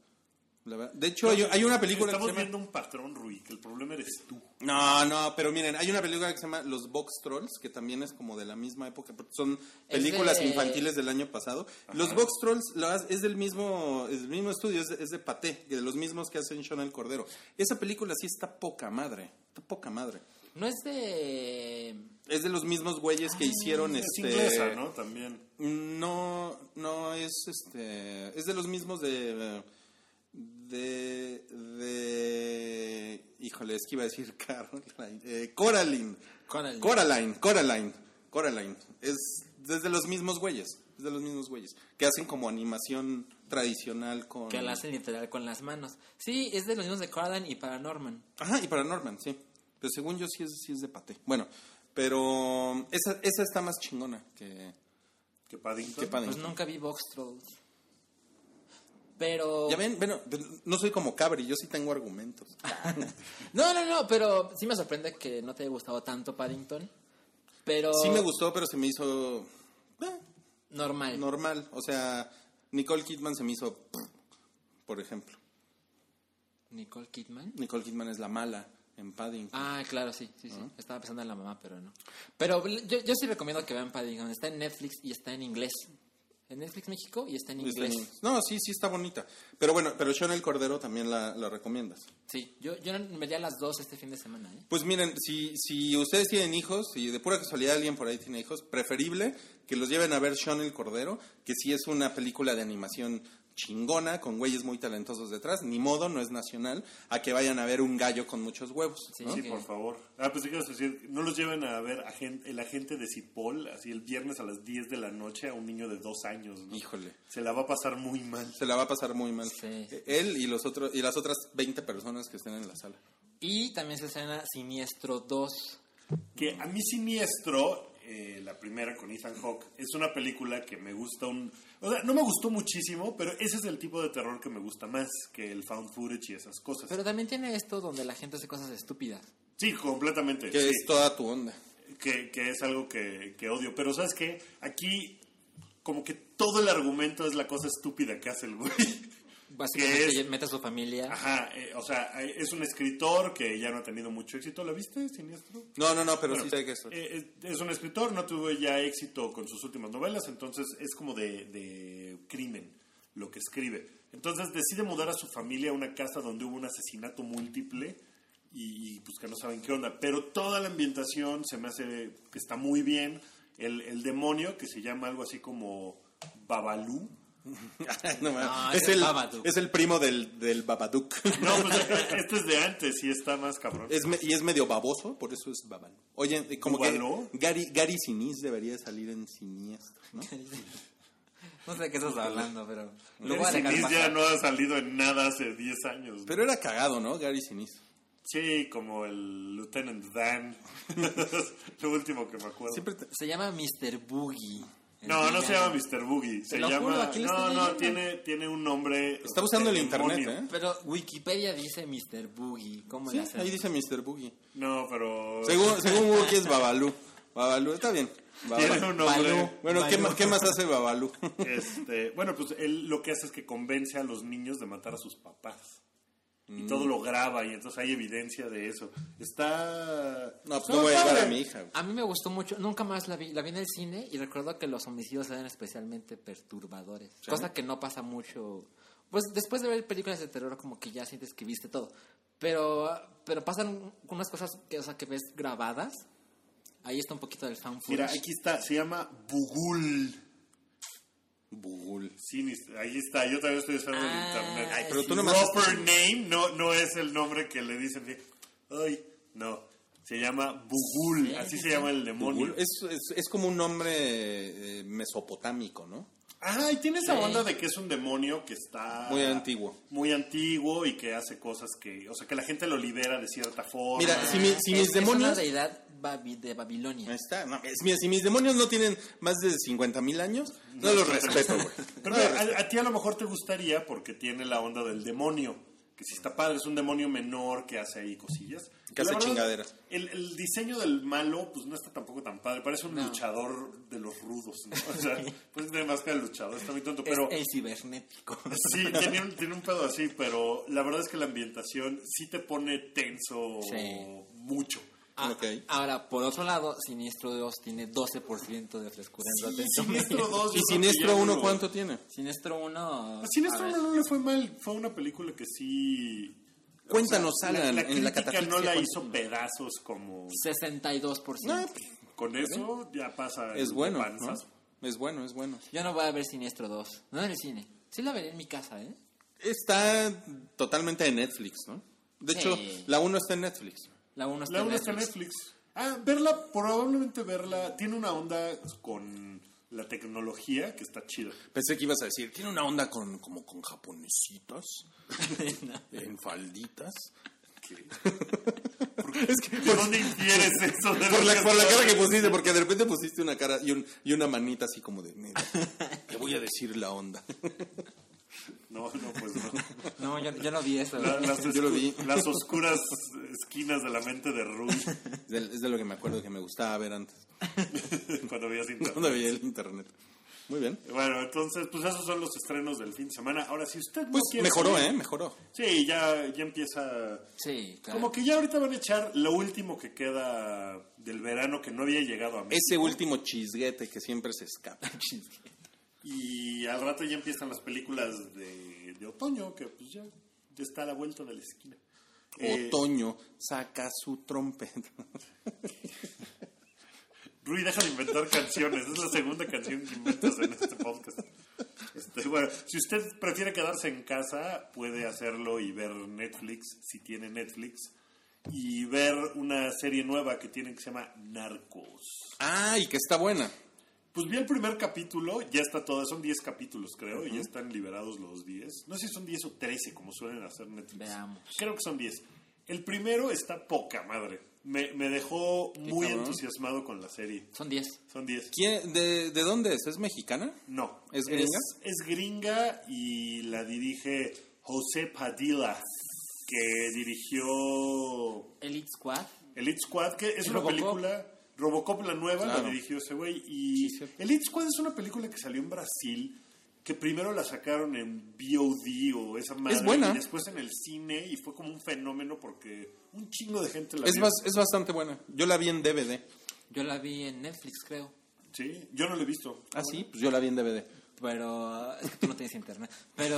Speaker 4: La verdad. De hecho, hay, hay una película que
Speaker 2: Estamos
Speaker 4: se llama-
Speaker 2: viendo un patrón, Rui, que el problema eres tú.
Speaker 4: No, no, pero miren, hay una película que se llama Los Box Trolls, que también es como de la misma época, porque son
Speaker 3: Es
Speaker 4: películas
Speaker 3: de-
Speaker 4: infantiles del año pasado. Los Box Trolls la verdad, es del mismo, es del mismo estudio, es, es de Paté, de los mismos que hacen Sean el Cordero. Esa película sí está poca madre, está poca madre.
Speaker 3: No es de...
Speaker 4: Es de los mismos güeyes que hicieron
Speaker 2: Es
Speaker 4: este...
Speaker 2: inglesa, ¿no? También.
Speaker 4: No, no, es este. Es de los mismos de. De. de híjole, es que iba a decir Caroline. eh, Coraline.
Speaker 3: Coraline.
Speaker 4: Coraline, Coraline. Coraline. Es desde los mismos güeyes. Es de los mismos güeyes. Que hacen como animación tradicional con.
Speaker 3: Que la hacen literal con las manos. Sí, es de los mismos de Coraline y Paranorman.
Speaker 4: Ajá, y Paranorman, sí. Pero según yo sí es, sí es de Paté. Bueno, pero. Esa, esa está más chingona que.
Speaker 2: Que Paddington.
Speaker 4: que Paddington.
Speaker 3: Pues nunca vi Box Trolls. Pero...
Speaker 4: Ya ven, bueno, no soy como Cabri, yo sí tengo argumentos.
Speaker 3: No, no, no, pero sí me sorprende que no te haya gustado tanto Paddington. Pero...
Speaker 4: Sí me gustó, pero se me hizo eh,
Speaker 3: Normal.
Speaker 4: normal. O sea, Nicole Kidman se me hizo, por ejemplo.
Speaker 3: Nicole Kidman.
Speaker 4: Nicole Kidman es la mala en Paddington.
Speaker 3: Ah, claro, sí, sí, sí. Estaba pensando en la mamá, pero no. Pero yo, yo sí recomiendo que vean Paddington. Está en Netflix y está en inglés. En Netflix México y está en
Speaker 4: Está
Speaker 3: inglés.
Speaker 4: en inglés. No, sí, sí está bonita. Pero bueno, pero Sean el Cordero también la, la recomiendas.
Speaker 3: Sí, yo, yo me di a las dos este fin de semana, ¿eh?
Speaker 4: Pues miren, si, si ustedes tienen hijos, y de pura casualidad alguien por ahí tiene hijos, preferible que los lleven a ver Sean el Cordero, que sí es una película de animación chingona, con güeyes muy talentosos detrás, ni modo, no es nacional, a que vayan a ver un gallo con muchos huevos.
Speaker 3: Sí,
Speaker 4: ¿no?
Speaker 2: Sí,
Speaker 3: Ok.
Speaker 2: por favor. Ah, pues te quiero decir, no los lleven a ver agen- el agente de Cipol así el viernes a las 10 de la noche a un niño de dos años, ¿no?
Speaker 4: Híjole.
Speaker 2: Se la va a pasar muy mal.
Speaker 4: Se la va a pasar muy mal. E-,
Speaker 3: Sí.
Speaker 4: Él y, los otros, y las otras 20 personas que estén en la sala.
Speaker 3: Y también se escena Siniestro 2.
Speaker 2: Que a mí Siniestro, eh, la primera con Ethan Hawke, es una película que me gusta un... O sea, no me gustó muchísimo, pero ese es el tipo de terror que me gusta más que el found footage y esas cosas.
Speaker 3: Pero también tiene esto donde la gente hace cosas estúpidas.
Speaker 2: sí, completamente.
Speaker 4: Que
Speaker 2: sí.
Speaker 4: es toda tu onda.
Speaker 2: que, que es algo que, que odio. Pero ¿sabes qué? Aquí como que todo el argumento es la cosa estúpida que hace el güey.
Speaker 3: Básicamente
Speaker 2: ¿Qué es?
Speaker 3: mete a su familia.
Speaker 2: Ajá, eh, o sea, eh, es un escritor que ya no ha tenido mucho éxito. ¿La viste, Siniestro?
Speaker 4: No, no, no, pero
Speaker 2: Bueno,
Speaker 4: sí sé que eso.
Speaker 2: eh, es, es un escritor, no tuvo ya éxito con sus últimas novelas, entonces es como de, de crimen lo que escribe. Entonces decide mudar a su familia a una casa donde hubo un asesinato múltiple y, y, pues que no saben qué onda. Pero toda la ambientación se me hace que está muy bien. El, el demonio, que se llama algo así como Babalú.
Speaker 4: No,
Speaker 3: No,
Speaker 4: es,
Speaker 3: es el
Speaker 4: el,
Speaker 3: Babadook.
Speaker 4: es el primo del, del Babadook.
Speaker 2: No, pues este, este es de antes y está más cabrón.
Speaker 4: Es me- y es medio baboso, por eso es Babalú. Oye, eh, como
Speaker 2: ¿Bubalú?
Speaker 4: que Gary, Gary Sinise debería salir en siniestro, ¿no?
Speaker 3: No sé de qué estás hablando, pero... Lo voy a dejar
Speaker 2: Sinis ya
Speaker 3: pasar.
Speaker 2: no ha salido en nada hace 10 años. ¿no?
Speaker 4: Pero era cagado, ¿no? Gary Sinise.
Speaker 2: Sí, como el Lieutenant Dan. lo último que me acuerdo.
Speaker 4: Siempre te-
Speaker 3: Se llama Mr. Boogie. El
Speaker 2: No, no
Speaker 3: villano.
Speaker 2: se llama Mr. Boogie. Se
Speaker 3: lo juro,
Speaker 2: llama.
Speaker 3: aquí lo
Speaker 2: no,
Speaker 3: estoy
Speaker 2: no,
Speaker 3: leyendo.
Speaker 2: tiene, tiene un nombre.
Speaker 4: Está usando el
Speaker 2: de
Speaker 4: internet,
Speaker 2: demonio.
Speaker 4: ¿eh?
Speaker 3: Pero Wikipedia dice Mr. Boogie. ¿Cómo
Speaker 4: Sí,
Speaker 3: le hacen?
Speaker 4: ahí dice Mr. Boogie.
Speaker 2: No, pero.
Speaker 4: Según, según Wookie es Babalú. Babalú, está bien. Babalú.
Speaker 2: Tiene un nombre.
Speaker 3: Balú.
Speaker 4: Bueno, ¿qué,
Speaker 3: Balú.
Speaker 4: más- ¿qué más hace Babalú?
Speaker 2: Este, bueno, pues él lo que hace es que convence a los niños de matar a sus papás. Y
Speaker 4: Mm.
Speaker 2: todo lo graba, y entonces hay evidencia de eso. Está.
Speaker 4: No, pues
Speaker 2: está
Speaker 4: no voy a llevar a
Speaker 2: padre.
Speaker 4: mi hija. güey.
Speaker 3: A mí me gustó mucho, nunca más la vi, la vi en el cine y recuerdo que los homicidios eran especialmente perturbadores, cosa que no pasa mucho. Pues después de ver películas de terror como que ya sientes que viste todo, pero pero pasan unas cosas que, o sea, que ves grabadas. Ahí está un poquito del fan
Speaker 2: Mira,
Speaker 3: footage.
Speaker 4: pues.
Speaker 2: aquí está, se llama Bugul.
Speaker 4: Bull.
Speaker 2: Sinister. Ahí está, yo también estoy usando el
Speaker 3: Ah,
Speaker 2: internet.
Speaker 3: Ay,
Speaker 4: pero
Speaker 2: Su
Speaker 4: tú nomás-
Speaker 2: Proper name no, no es el nombre que le dicen. Ay, no. Se llama Bugul.
Speaker 3: Sí,
Speaker 2: así
Speaker 3: sí,
Speaker 2: se llama el demonio.
Speaker 4: Bull. Es, es, es como un nombre eh, mesopotámico, ¿no?
Speaker 2: Ah, y tiene esa
Speaker 3: Sí.
Speaker 2: onda de que es un demonio que está.
Speaker 4: Muy antiguo.
Speaker 2: Muy antiguo y que hace cosas que. O sea, que la gente lo libera de cierta forma.
Speaker 4: Mira, si, mi- si
Speaker 3: Es-
Speaker 4: mis
Speaker 3: es
Speaker 4: demonios...
Speaker 3: una deidad babi- de Babilonia.
Speaker 4: Ahí está. No, es- mira, si mis demonios no tienen más de 50 mil años, no, los respeto, güey.
Speaker 2: Pero mira, a, a ti a lo mejor te gustaría porque tiene la onda del demonio. Que si está padre, es un demonio menor que hace ahí cosillas.
Speaker 4: Que
Speaker 2: Y la
Speaker 4: hace chingaderas.
Speaker 2: El, el diseño del malo, pues no está tampoco tan padre. Parece un luchador de los rudos. ¿no? O sea, pues tiene máscara de luchador, está muy tonto. Pero
Speaker 3: es el cibernético.
Speaker 2: sí, tiene un, tiene un pedo así. Pero la verdad es que la ambientación sí te pone tenso
Speaker 3: Sí.
Speaker 2: mucho.
Speaker 3: Ah,
Speaker 4: Ok.
Speaker 3: Ahora, por otro lado, Siniestro 2 tiene 12% de frescura en Rotten Tomatoes.
Speaker 2: Siniestro 2.
Speaker 4: ¿Y Siniestro uno cuánto tiene?
Speaker 3: Siniestro 1...
Speaker 2: Siniestro
Speaker 3: a ver.
Speaker 2: 1 no le fue mal. Fue una película que sí.
Speaker 4: Cuéntanos,
Speaker 2: La,
Speaker 4: Alan,
Speaker 2: la
Speaker 4: en la
Speaker 2: crítica no
Speaker 4: catafixia,
Speaker 2: la
Speaker 4: ¿cuánto?
Speaker 2: hizo pedazos como...
Speaker 3: 62%.
Speaker 4: No,
Speaker 2: pues, Con eso ya pasa
Speaker 4: es
Speaker 2: el
Speaker 4: bueno, ¿no?
Speaker 2: panzazo.
Speaker 4: Es bueno, es bueno.
Speaker 3: Yo no voy a ver Siniestro 2. No en el cine. Sí la veré en mi casa, ¿eh?
Speaker 4: Está totalmente en Netflix, ¿no? De
Speaker 3: Sí.
Speaker 4: hecho, la 1 está en Netflix.
Speaker 3: La 1 está
Speaker 2: La
Speaker 3: en
Speaker 2: una está en
Speaker 3: Netflix.
Speaker 2: Netflix. Ah, verla, probablemente verla. Tiene una onda con la tecnología que está chida.
Speaker 4: Pensé que ibas a decir, tiene una onda con como con japonesitas, en falditas. es que
Speaker 2: ¿De dónde infieres eso? De
Speaker 4: por
Speaker 2: lo
Speaker 4: la, por la
Speaker 2: está-
Speaker 4: cara que pusiste, porque de repente pusiste una cara y, un- y una manita así como de... "Mira, Te voy a decir la onda.
Speaker 2: No, no, pues no.
Speaker 3: No, yo, yo no vi eso.
Speaker 2: La- las,
Speaker 4: Yo lo
Speaker 2: oscu-
Speaker 4: vi.
Speaker 2: las oscuras esquinas de la mente de Ruby
Speaker 4: Es de, es de lo que me acuerdo que me gustaba ver antes,
Speaker 2: cuando veías internet.
Speaker 4: cuando veía el internet. Muy bien.
Speaker 2: Bueno, entonces, pues esos son los estrenos del fin de semana. Ahora, si usted no
Speaker 4: Pues
Speaker 2: quiere
Speaker 4: mejoró,
Speaker 2: salir-
Speaker 4: ¿eh? Mejoró.
Speaker 2: Sí, ya, ya empieza...
Speaker 3: Sí, claro.
Speaker 2: Como que ya ahorita van a echar lo último que queda del verano que no había llegado a México.
Speaker 4: Ese último chisguete que siempre se escapa.
Speaker 2: Y al rato ya empiezan las películas de, de otoño, que pues ya, ya está a la vuelta de la esquina. Eh,
Speaker 4: Otoño saca su trompeta.
Speaker 2: Rui, deja de inventar canciones. Es la segunda canción que inventas en este podcast. Este, bueno, si usted prefiere quedarse en casa, puede hacerlo y ver Netflix, si tiene Netflix, y ver una serie nueva que tienen que se llama Narcos.
Speaker 4: Ah, y que está buena.
Speaker 2: Pues vi el primer capítulo, ya está toda, son 10 capítulos creo, y ya están liberados los 10. No sé si son 10 o 13 como suelen hacer Netflix.
Speaker 3: Veamos.
Speaker 2: Creo que son 10. El primero está poca madre. Me, me dejó muy
Speaker 4: cabrón.
Speaker 2: entusiasmado con la serie.
Speaker 3: Son 10.
Speaker 2: Son 10.
Speaker 4: ¿Quién- de, de dónde es? ¿Es mexicana?
Speaker 2: No.
Speaker 4: ¿Es gringa?
Speaker 2: Es, es gringa y la dirige José Padilla, que dirigió
Speaker 3: Elite Squad.
Speaker 2: Elite Squad, que es
Speaker 3: ¿Y
Speaker 2: una
Speaker 3: Robocop?
Speaker 2: película. Robocop la nueva
Speaker 4: Claro.
Speaker 2: la dirigió ese güey. Y
Speaker 4: Sí, sí.
Speaker 2: Elite Squad es una película que salió en Brasil, que primero la sacaron en VOD o esa madre.
Speaker 4: buena.
Speaker 2: Y después en el cine y fue como un fenómeno porque un chingo de gente la
Speaker 4: Es,
Speaker 2: vio.
Speaker 4: bas- es bastante buena. Yo la vi en DVD.
Speaker 3: Yo la vi en Netflix, creo.
Speaker 2: Sí, yo no la he visto.
Speaker 4: Ah, sí, pues yo la vi en DVD.
Speaker 3: Pero es que tú no tienes internet. Pero,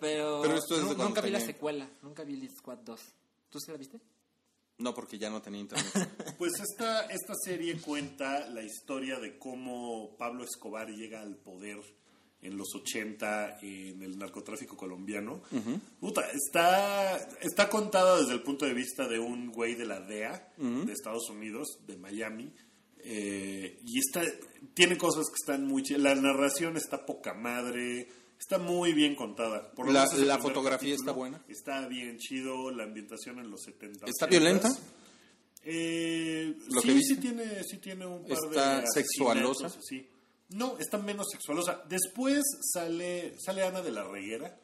Speaker 3: pero,
Speaker 4: Pero esto es
Speaker 3: nu-
Speaker 4: de cuando
Speaker 3: nunca vi la
Speaker 4: tenía-
Speaker 3: secuela. Nunca vi Elite Squad 2. ¿Tú sí la viste?
Speaker 4: No, porque ya no tenía internet.
Speaker 2: Pues esta, esta serie cuenta la historia de cómo Pablo Escobar llega al poder en los 80 en el narcotráfico colombiano. Puta, está, está contada desde el punto de vista de un güey de la DEA de Estados Unidos, de Miami. eh, y está, tiene cosas que están muy chidas. La narración está poca madre. Está muy bien contada. Por lo
Speaker 4: La-
Speaker 2: menos el
Speaker 4: la
Speaker 2: primer
Speaker 4: fotografía está
Speaker 2: capítulo
Speaker 4: buena.
Speaker 2: Está bien chido. La ambientación en los 70.
Speaker 4: ¿Está violenta?
Speaker 2: Eh,
Speaker 4: Lo
Speaker 2: sí,
Speaker 4: que viste.
Speaker 2: sí tiene, sí tiene un par
Speaker 4: Está
Speaker 2: de
Speaker 4: sexualosa.
Speaker 2: asesinatos, sí. No, está menos sexualosa. Después sale, sale Ana de la Reguera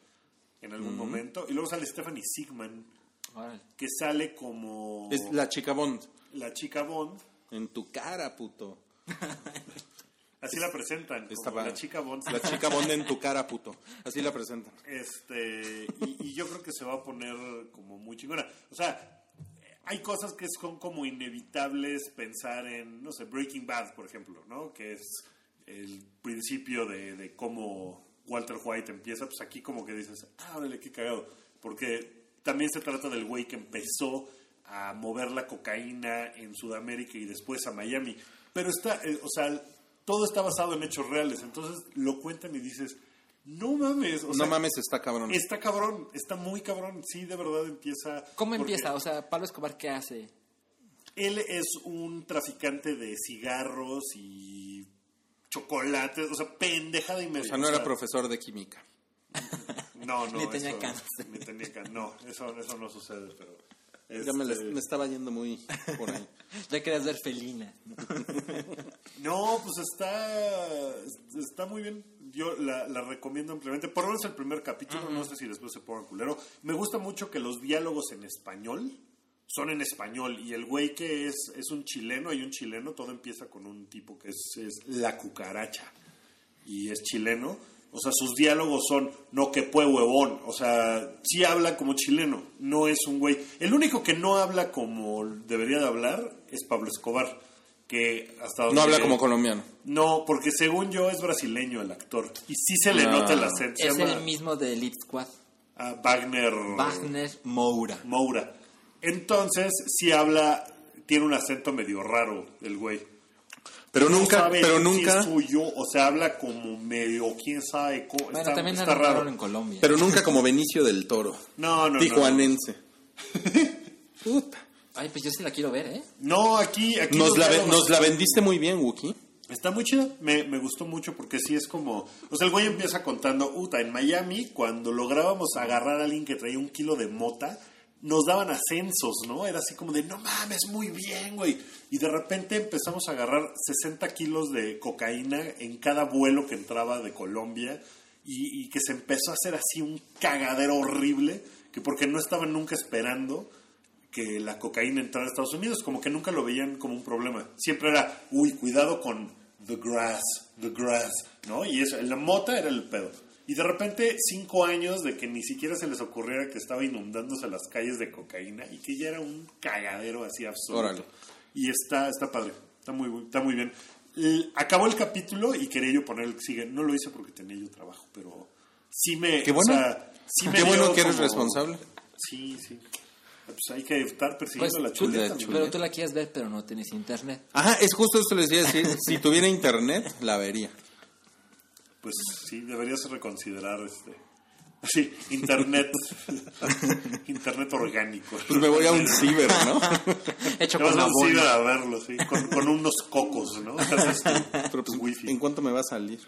Speaker 2: en algún momento. Y luego sale Stephanie Sigman,
Speaker 3: Órale.
Speaker 2: que sale como
Speaker 4: es la chica Bond.
Speaker 2: la chica Bond.
Speaker 4: En tu cara, puto.
Speaker 2: Así la presentan, como
Speaker 4: Estaba-
Speaker 2: la chica Bond.
Speaker 4: La chica Bond en tu cara, puto. Así la presentan.
Speaker 2: Este, y, y yo creo que se va a poner como muy chingona. O sea, hay cosas que son como inevitables pensar en, no sé, Breaking Bad, por ejemplo, ¿no? Que es el principio de, de cómo Walter White empieza. Pues aquí como que dices, ah, órale, qué cagado. Porque también se trata del güey que empezó a mover la cocaína en Sudamérica y después a Miami. Pero está, eh, o sea, todo está basado en hechos reales. Entonces lo cuentan y dices, no mames. O
Speaker 4: No
Speaker 2: sea,
Speaker 4: mames, está cabrón.
Speaker 2: Está cabrón, está muy cabrón. Sí, de verdad empieza.
Speaker 3: ¿Cómo
Speaker 2: porque
Speaker 3: empieza? O sea, Pablo Escobar, ¿qué hace?
Speaker 2: Él es un traficante de cigarros y chocolates, o sea, pendejada y media.
Speaker 4: O sea, no era profesor de química.
Speaker 2: No, no.
Speaker 3: Ni tenía
Speaker 2: eso-
Speaker 3: cáncer.
Speaker 2: Ni tenía cáncer. No, eso, eso no sucede, pero.
Speaker 4: Ya me, la-
Speaker 2: este,
Speaker 4: me estaba yendo muy por ahí.
Speaker 3: Ya querías ver Felina.
Speaker 2: No, pues está está muy bien. Yo la, la recomiendo ampliamente. Por lo menos el primer capítulo, no sé si después se ponga culero. Me gusta mucho que los diálogos en español son en español. Y el güey que es, es un chileno, hay un chileno, todo empieza con un tipo que es, es la cucaracha. Y es chileno. O sea, sus diálogos son, no que fue huevón. O sea, sí habla como chileno, no es un güey. El único que no habla como debería de hablar es Pablo Escobar. Que hasta
Speaker 4: No habla
Speaker 2: donde-
Speaker 4: como colombiano.
Speaker 2: no, porque según yo es brasileño el actor. Y sí se le
Speaker 4: No.
Speaker 2: nota el acento. Se
Speaker 3: Es
Speaker 2: llama
Speaker 3: el mismo de Elite Squad.
Speaker 2: ah, Wagner
Speaker 3: Wagner Moura.
Speaker 2: Moura. Entonces, sí habla, tiene un acento medio raro el güey.
Speaker 4: Pero
Speaker 2: No
Speaker 4: nunca,
Speaker 2: sabe
Speaker 4: pero
Speaker 2: si
Speaker 4: nunca,
Speaker 2: es suyo, o sea, habla como medio, quién sabe. cómo-
Speaker 3: Bueno,
Speaker 2: está,
Speaker 3: también
Speaker 2: está
Speaker 3: hablaron
Speaker 2: raro.
Speaker 3: en Colombia.
Speaker 4: pero nunca como Benicio del Toro.
Speaker 2: No, no, no.
Speaker 4: Tijuanense. Puta.
Speaker 3: Ay, pues yo sí la quiero ver, ¿eh?
Speaker 2: No, aquí, aquí
Speaker 4: Nos
Speaker 2: los
Speaker 4: la, ve-
Speaker 2: diálogos-
Speaker 4: nos la vendiste muy bien, Wookie.
Speaker 2: Está muy chida, me, me gustó mucho porque sí es como. O sea, el güey empieza contando, Uta, en Miami, cuando lográbamos agarrar a alguien que traía un kilo de mota, nos daban ascensos, ¿no? Era así como de, no mames, muy bien, güey. Y de repente empezamos a agarrar 60 kilos de cocaína en cada vuelo que entraba de Colombia y, y que se empezó a hacer así un cagadero horrible, que porque no estaban nunca esperando que la cocaína entrara a Estados Unidos, como que nunca lo veían como un problema. Siempre era, uy, cuidado con the grass, the grass, ¿no? Y eso, la mota era el pedo. Y de repente, cinco años de que ni siquiera se les ocurriera que estaba inundándose las calles de cocaína y que ya era un cagadero así absoluto.
Speaker 4: Órale.
Speaker 2: Y está, está padre, está muy, bu- está muy bien. L- acabó el capítulo y quería yo poner el que sigue. No lo hice porque tenía yo trabajo, pero sí me...
Speaker 4: Qué
Speaker 2: o
Speaker 4: bueno.
Speaker 2: sea, sí me
Speaker 4: Qué bueno
Speaker 2: dio
Speaker 4: que eres
Speaker 2: como-
Speaker 4: responsable.
Speaker 2: Sí, sí. Pues hay que estar
Speaker 3: Pues,
Speaker 2: persiguiendo la
Speaker 3: tú-
Speaker 2: chuleta.
Speaker 4: la
Speaker 2: mi
Speaker 4: chuleta.
Speaker 2: güey.
Speaker 3: pero tú la quieres ver, pero no tienes internet.
Speaker 4: Ajá, es justo eso les iba a decir. Si tuviera internet, la vería.
Speaker 2: Pues sí, deberías reconsiderar este. Sí, internet. internet orgánico.
Speaker 4: Pues me voy a un ciber, ¿no?
Speaker 3: Hecho
Speaker 2: Te
Speaker 3: con
Speaker 2: vas a
Speaker 3: la
Speaker 2: un ciber a verlo, sí. Con, con unos cocos, ¿no? Te haces tu-
Speaker 4: Pero
Speaker 2: tu
Speaker 4: pues,
Speaker 2: wifi.
Speaker 4: ¿en cuánto me va a salir?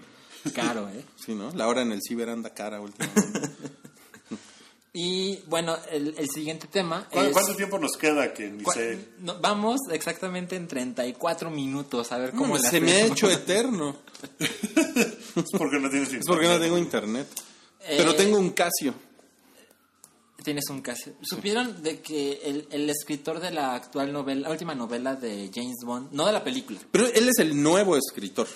Speaker 3: Caro, ¿eh?
Speaker 4: Sí, ¿no? La hora en el ciber anda cara últimamente.
Speaker 3: Y bueno, el, el siguiente tema
Speaker 2: ¿Cu-
Speaker 3: es...
Speaker 2: ¿Cuánto tiempo nos queda que ni
Speaker 3: cua-
Speaker 2: sé?
Speaker 3: no, vamos exactamente en 34 minutos a ver cómo
Speaker 4: ¿Cómo
Speaker 3: la
Speaker 4: se me ha
Speaker 3: hacemos.
Speaker 4: hecho eh, eterno.
Speaker 2: Es porque no tienes
Speaker 4: Es porque no
Speaker 2: internet.
Speaker 4: tengo internet.
Speaker 3: Eh,
Speaker 4: Pero tengo un Casio.
Speaker 3: Tienes un caso. ¿Supieron de que el, el escritor de la actual novela, la última novela de James Bond, no de la película,
Speaker 4: Pero él es el nuevo escritor.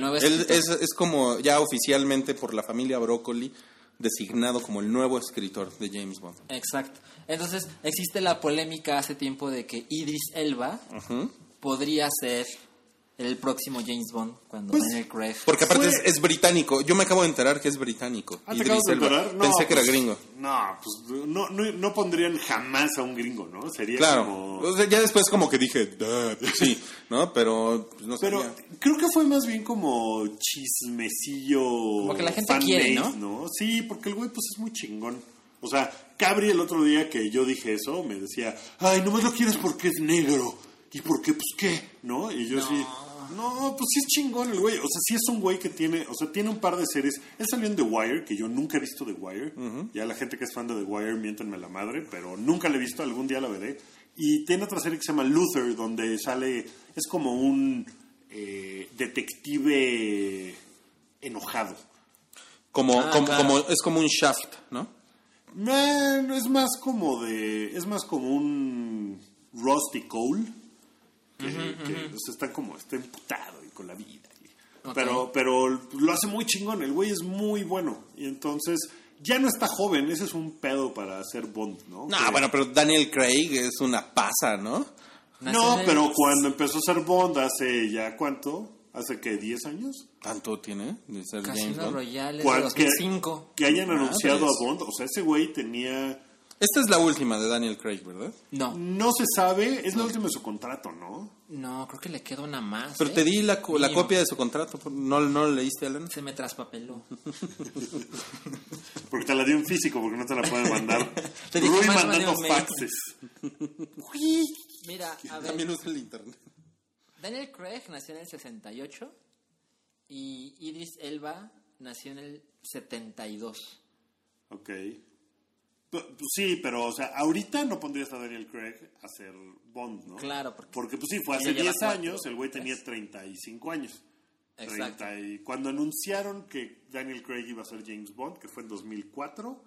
Speaker 2: Pues
Speaker 3: nuevo
Speaker 4: Él
Speaker 3: escritor,
Speaker 4: es, es como ya oficialmente por la familia Broccoli designado como el nuevo escritor de James Bond.
Speaker 3: Exacto. Entonces, existe la polémica hace tiempo de que Idris Elba podría ser el próximo James Bond cuando
Speaker 4: Pues,
Speaker 3: Daniel Craig.
Speaker 4: Porque aparte
Speaker 2: Fue-
Speaker 4: es, es británico. Yo me acabo de enterar que es británico.
Speaker 2: ¿Ah, te
Speaker 4: Idris
Speaker 2: acabas de
Speaker 4: Elba.
Speaker 2: enterar? No,
Speaker 4: Pensé que era
Speaker 2: pues,
Speaker 4: gringo.
Speaker 2: No, pues no, no, no pondrían jamás a un gringo, ¿no? Sería
Speaker 4: Claro. Pues,
Speaker 2: como...
Speaker 4: O sea, ya después como que dije, "Duh", sí, ¿no? Pero pues, no
Speaker 2: Pero
Speaker 4: sabía.
Speaker 2: creo que fue más bien como chismecillo. Como
Speaker 3: que la gente quiere, ¿no?
Speaker 2: Sí, porque el güey pues es muy chingón. O sea, Cabri el otro día que yo dije eso me decía, ay, nomás lo quieres porque es negro. ¿Y porque Pues qué, ¿no? Y yo sí. No, pues sí es chingón el güey. O sea, sí es un güey que tiene, o sea, tiene un par de series. Él salió en The Wire, que yo nunca he visto The Wire. Ya la gente que es fan de The Wire, miéntenme la madre, pero nunca la he visto, algún día la veré. Y tiene otra serie que se llama Luther, donde sale, es como un eh, detective enojado.
Speaker 4: Como,
Speaker 3: Ah,
Speaker 4: como,
Speaker 3: claro.
Speaker 4: como- es como un shaft, ¿no?
Speaker 2: Man, es más como de. Es más como un Rusty Cole. Que, que, o sea, está como. Está emputado y con la vida. y-
Speaker 3: Ok.
Speaker 2: Pero, pero lo hace muy chingón. El güey es muy bueno. Y entonces. Ya no está joven. Ese es un pedo para hacer Bond, ¿no?
Speaker 4: No,
Speaker 2: Que-
Speaker 4: bueno, pero Daniel Craig es una pasa, ¿no?
Speaker 2: No,
Speaker 3: Nació en
Speaker 2: pero
Speaker 3: el-
Speaker 2: cuando empezó a ser Bond hace ya cuánto? ¿Hace que ¿10 años?
Speaker 4: Tanto tiene de ser James
Speaker 3: Casino
Speaker 4: Bond.
Speaker 3: Royale es de
Speaker 2: Cual- que-
Speaker 3: 2005.
Speaker 2: Que hayan
Speaker 4: Madres.
Speaker 2: anunciado a Bond. O sea, ese güey tenía.
Speaker 4: Esta es la última de Daniel Craig, ¿verdad?
Speaker 3: No,
Speaker 2: No se sabe. Es la última de su contrato, ¿no?
Speaker 3: no, creo que le queda una más.
Speaker 4: Pero
Speaker 3: ¿eh?
Speaker 4: te di la, co- la
Speaker 3: Mínimo.
Speaker 4: copia de su contrato. ¿No, no lo leíste, Alan?
Speaker 3: Se me traspapeló.
Speaker 2: Porque te la dio en físico, porque no te la puede mandar.
Speaker 3: Te dije,
Speaker 2: Rui
Speaker 3: "Mándame
Speaker 2: mandando
Speaker 3: un mail".
Speaker 2: faxes.
Speaker 3: Mira, a ver.
Speaker 4: También usa el internet.
Speaker 3: Daniel Craig nació en el 68 y Idris Elba nació en el 72.
Speaker 2: Ok. P- pues sí, pero, o sea, ahorita no pondrías a Daniel Craig a ser Bond, ¿no?
Speaker 3: Claro, porque-
Speaker 2: pues sí, fue
Speaker 3: Ya
Speaker 2: hace
Speaker 3: lleva
Speaker 2: 10
Speaker 3: cuatro,
Speaker 2: años, el güey tenía
Speaker 3: tres.
Speaker 2: 35 años.
Speaker 3: Exacto.
Speaker 2: 30 y- cuando anunciaron que Daniel Craig iba a ser James Bond, que fue en 2004,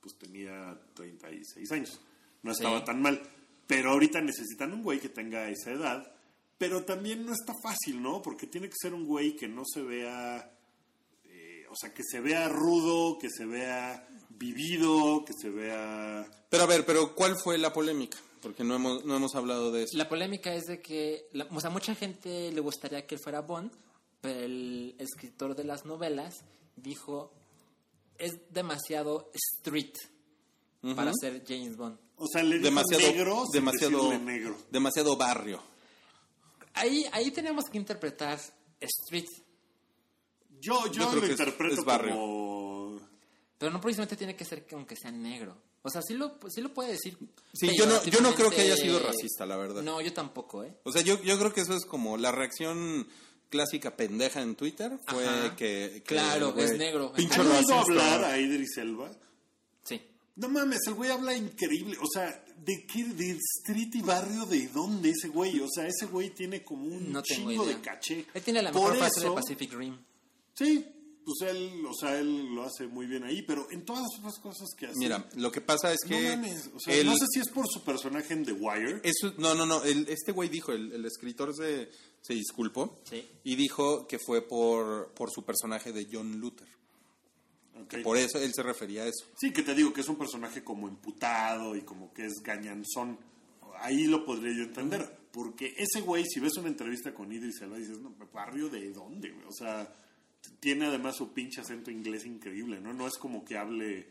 Speaker 2: pues tenía 36 años. No estaba
Speaker 3: Sí.
Speaker 2: tan mal. Pero ahorita necesitan un güey que tenga esa edad. Pero también no está fácil, ¿no? Porque tiene que ser un güey que no se vea... eh, o sea, que se vea rudo, que se vea vivido, que se vea...
Speaker 4: Pero a ver, pero ¿cuál fue la polémica? Porque no hemos, no hemos hablado de eso.
Speaker 3: La polémica es de que, la- o sea, mucha gente le gustaría que él fuera Bond, pero el escritor de las novelas dijo, es demasiado street para ser James Bond.
Speaker 2: O sea, le dijo
Speaker 4: Demasiado,
Speaker 2: negro sin
Speaker 4: demasiado,
Speaker 2: decirle negro.
Speaker 4: demasiado barrio.
Speaker 3: Ahí, ahí tenemos que interpretar street,
Speaker 2: Yo, yo,
Speaker 4: Yo creo
Speaker 2: lo
Speaker 4: que es-
Speaker 2: interpreto
Speaker 4: es barrio.
Speaker 2: como...
Speaker 3: pero no precisamente tiene que ser que aunque sea negro. O sea, sí lo, sí lo puede decir.
Speaker 4: Sí, yo no- yo no creo que haya sido
Speaker 3: peyorativamente-
Speaker 4: racista, la verdad.
Speaker 3: No, yo tampoco, ¿eh?
Speaker 4: O sea, yo, yo creo que eso es como la reacción clásica pendeja en Twitter. Fue
Speaker 3: Ajá.
Speaker 4: que, que,
Speaker 3: Claro,
Speaker 4: güey,
Speaker 3: es negro.
Speaker 4: Pinche
Speaker 2: ¿Han oído
Speaker 4: racista.
Speaker 2: hablar a Idris Elba?
Speaker 3: Sí.
Speaker 2: No mames, el güey habla increíble. O sea, ¿de qué? ¿De street y barrio? ¿De dónde ese güey? O sea, ese güey tiene como un
Speaker 3: No tengo
Speaker 2: chingo
Speaker 3: idea.
Speaker 2: de caché.
Speaker 3: Él tiene la
Speaker 2: Por
Speaker 3: mejor frase de
Speaker 2: eso-
Speaker 3: Pacific Rim.
Speaker 2: Sí, pues él, o sea, él lo hace muy bien ahí, pero en todas las otras cosas que hace.
Speaker 4: Mira, lo que pasa es
Speaker 2: no
Speaker 4: que...
Speaker 2: mames. O sea,
Speaker 4: el-
Speaker 2: no sé si es por su personaje en The Wire.
Speaker 4: Eso, no, no, no. el- este güey dijo, el, el escritor se, se disculpó
Speaker 3: Sí.
Speaker 4: y dijo que fue por, por su personaje de John Luther.
Speaker 3: Eh,
Speaker 2: Ok.
Speaker 4: Por eso él se refería a eso.
Speaker 2: Sí, que te digo que es un personaje como emputado y como que es gañanzón. Ahí lo podría yo entender. Porque ese güey, si ves una entrevista con Idris Elba, dices, no, barrio de dónde, güey? O sea, t- tiene además su pinche acento inglés increíble, ¿no? No es como que hable,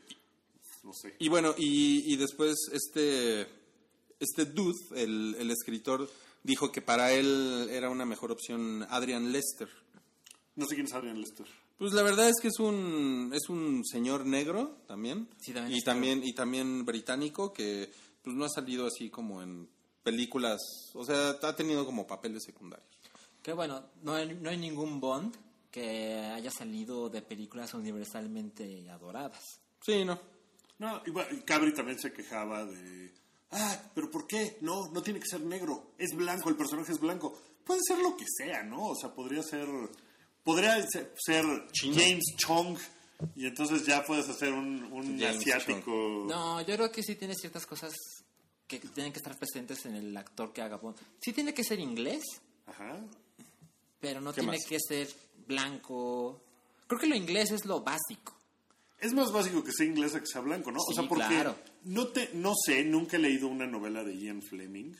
Speaker 2: no sé.
Speaker 4: Y bueno, y, y después este, este dude, el, el escritor, dijo que para él era una mejor opción Adrian Lester.
Speaker 2: No sé quién es Adrian Lester.
Speaker 4: Pues la verdad es que es un es un señor negro también,
Speaker 3: Sí, también
Speaker 4: y
Speaker 3: es
Speaker 4: también y también británico que pues no ha salido así como en películas, o sea, ha tenido como papeles secundarios.
Speaker 3: Que bueno, no hay, no hay ningún Bond que haya salido de películas universalmente adoradas.
Speaker 4: Sí, no.
Speaker 2: No, y bueno, y Cabri también se quejaba de. Ah, pero ¿por qué? No, no tiene que ser negro. Es blanco, el personaje es blanco. Puede ser lo que sea, ¿no? O sea, podría ser. Podría ser, ser James Chong. Y entonces ya puedes hacer un, un
Speaker 4: James
Speaker 2: asiático.
Speaker 3: No, yo creo que sí tiene ciertas cosas que tienen que estar presentes en el actor que haga Bond. Sí tiene que ser inglés,
Speaker 2: Ajá.
Speaker 3: pero no
Speaker 4: ¿Qué
Speaker 3: tiene
Speaker 4: más?
Speaker 3: que ser blanco. Creo que lo inglés es lo básico.
Speaker 2: Es más básico que sea inglesa que sea blanco, ¿no? o
Speaker 3: Sí,
Speaker 2: sea, porque
Speaker 3: claro.
Speaker 2: no, te, no sé, nunca he leído una novela de Ian Fleming.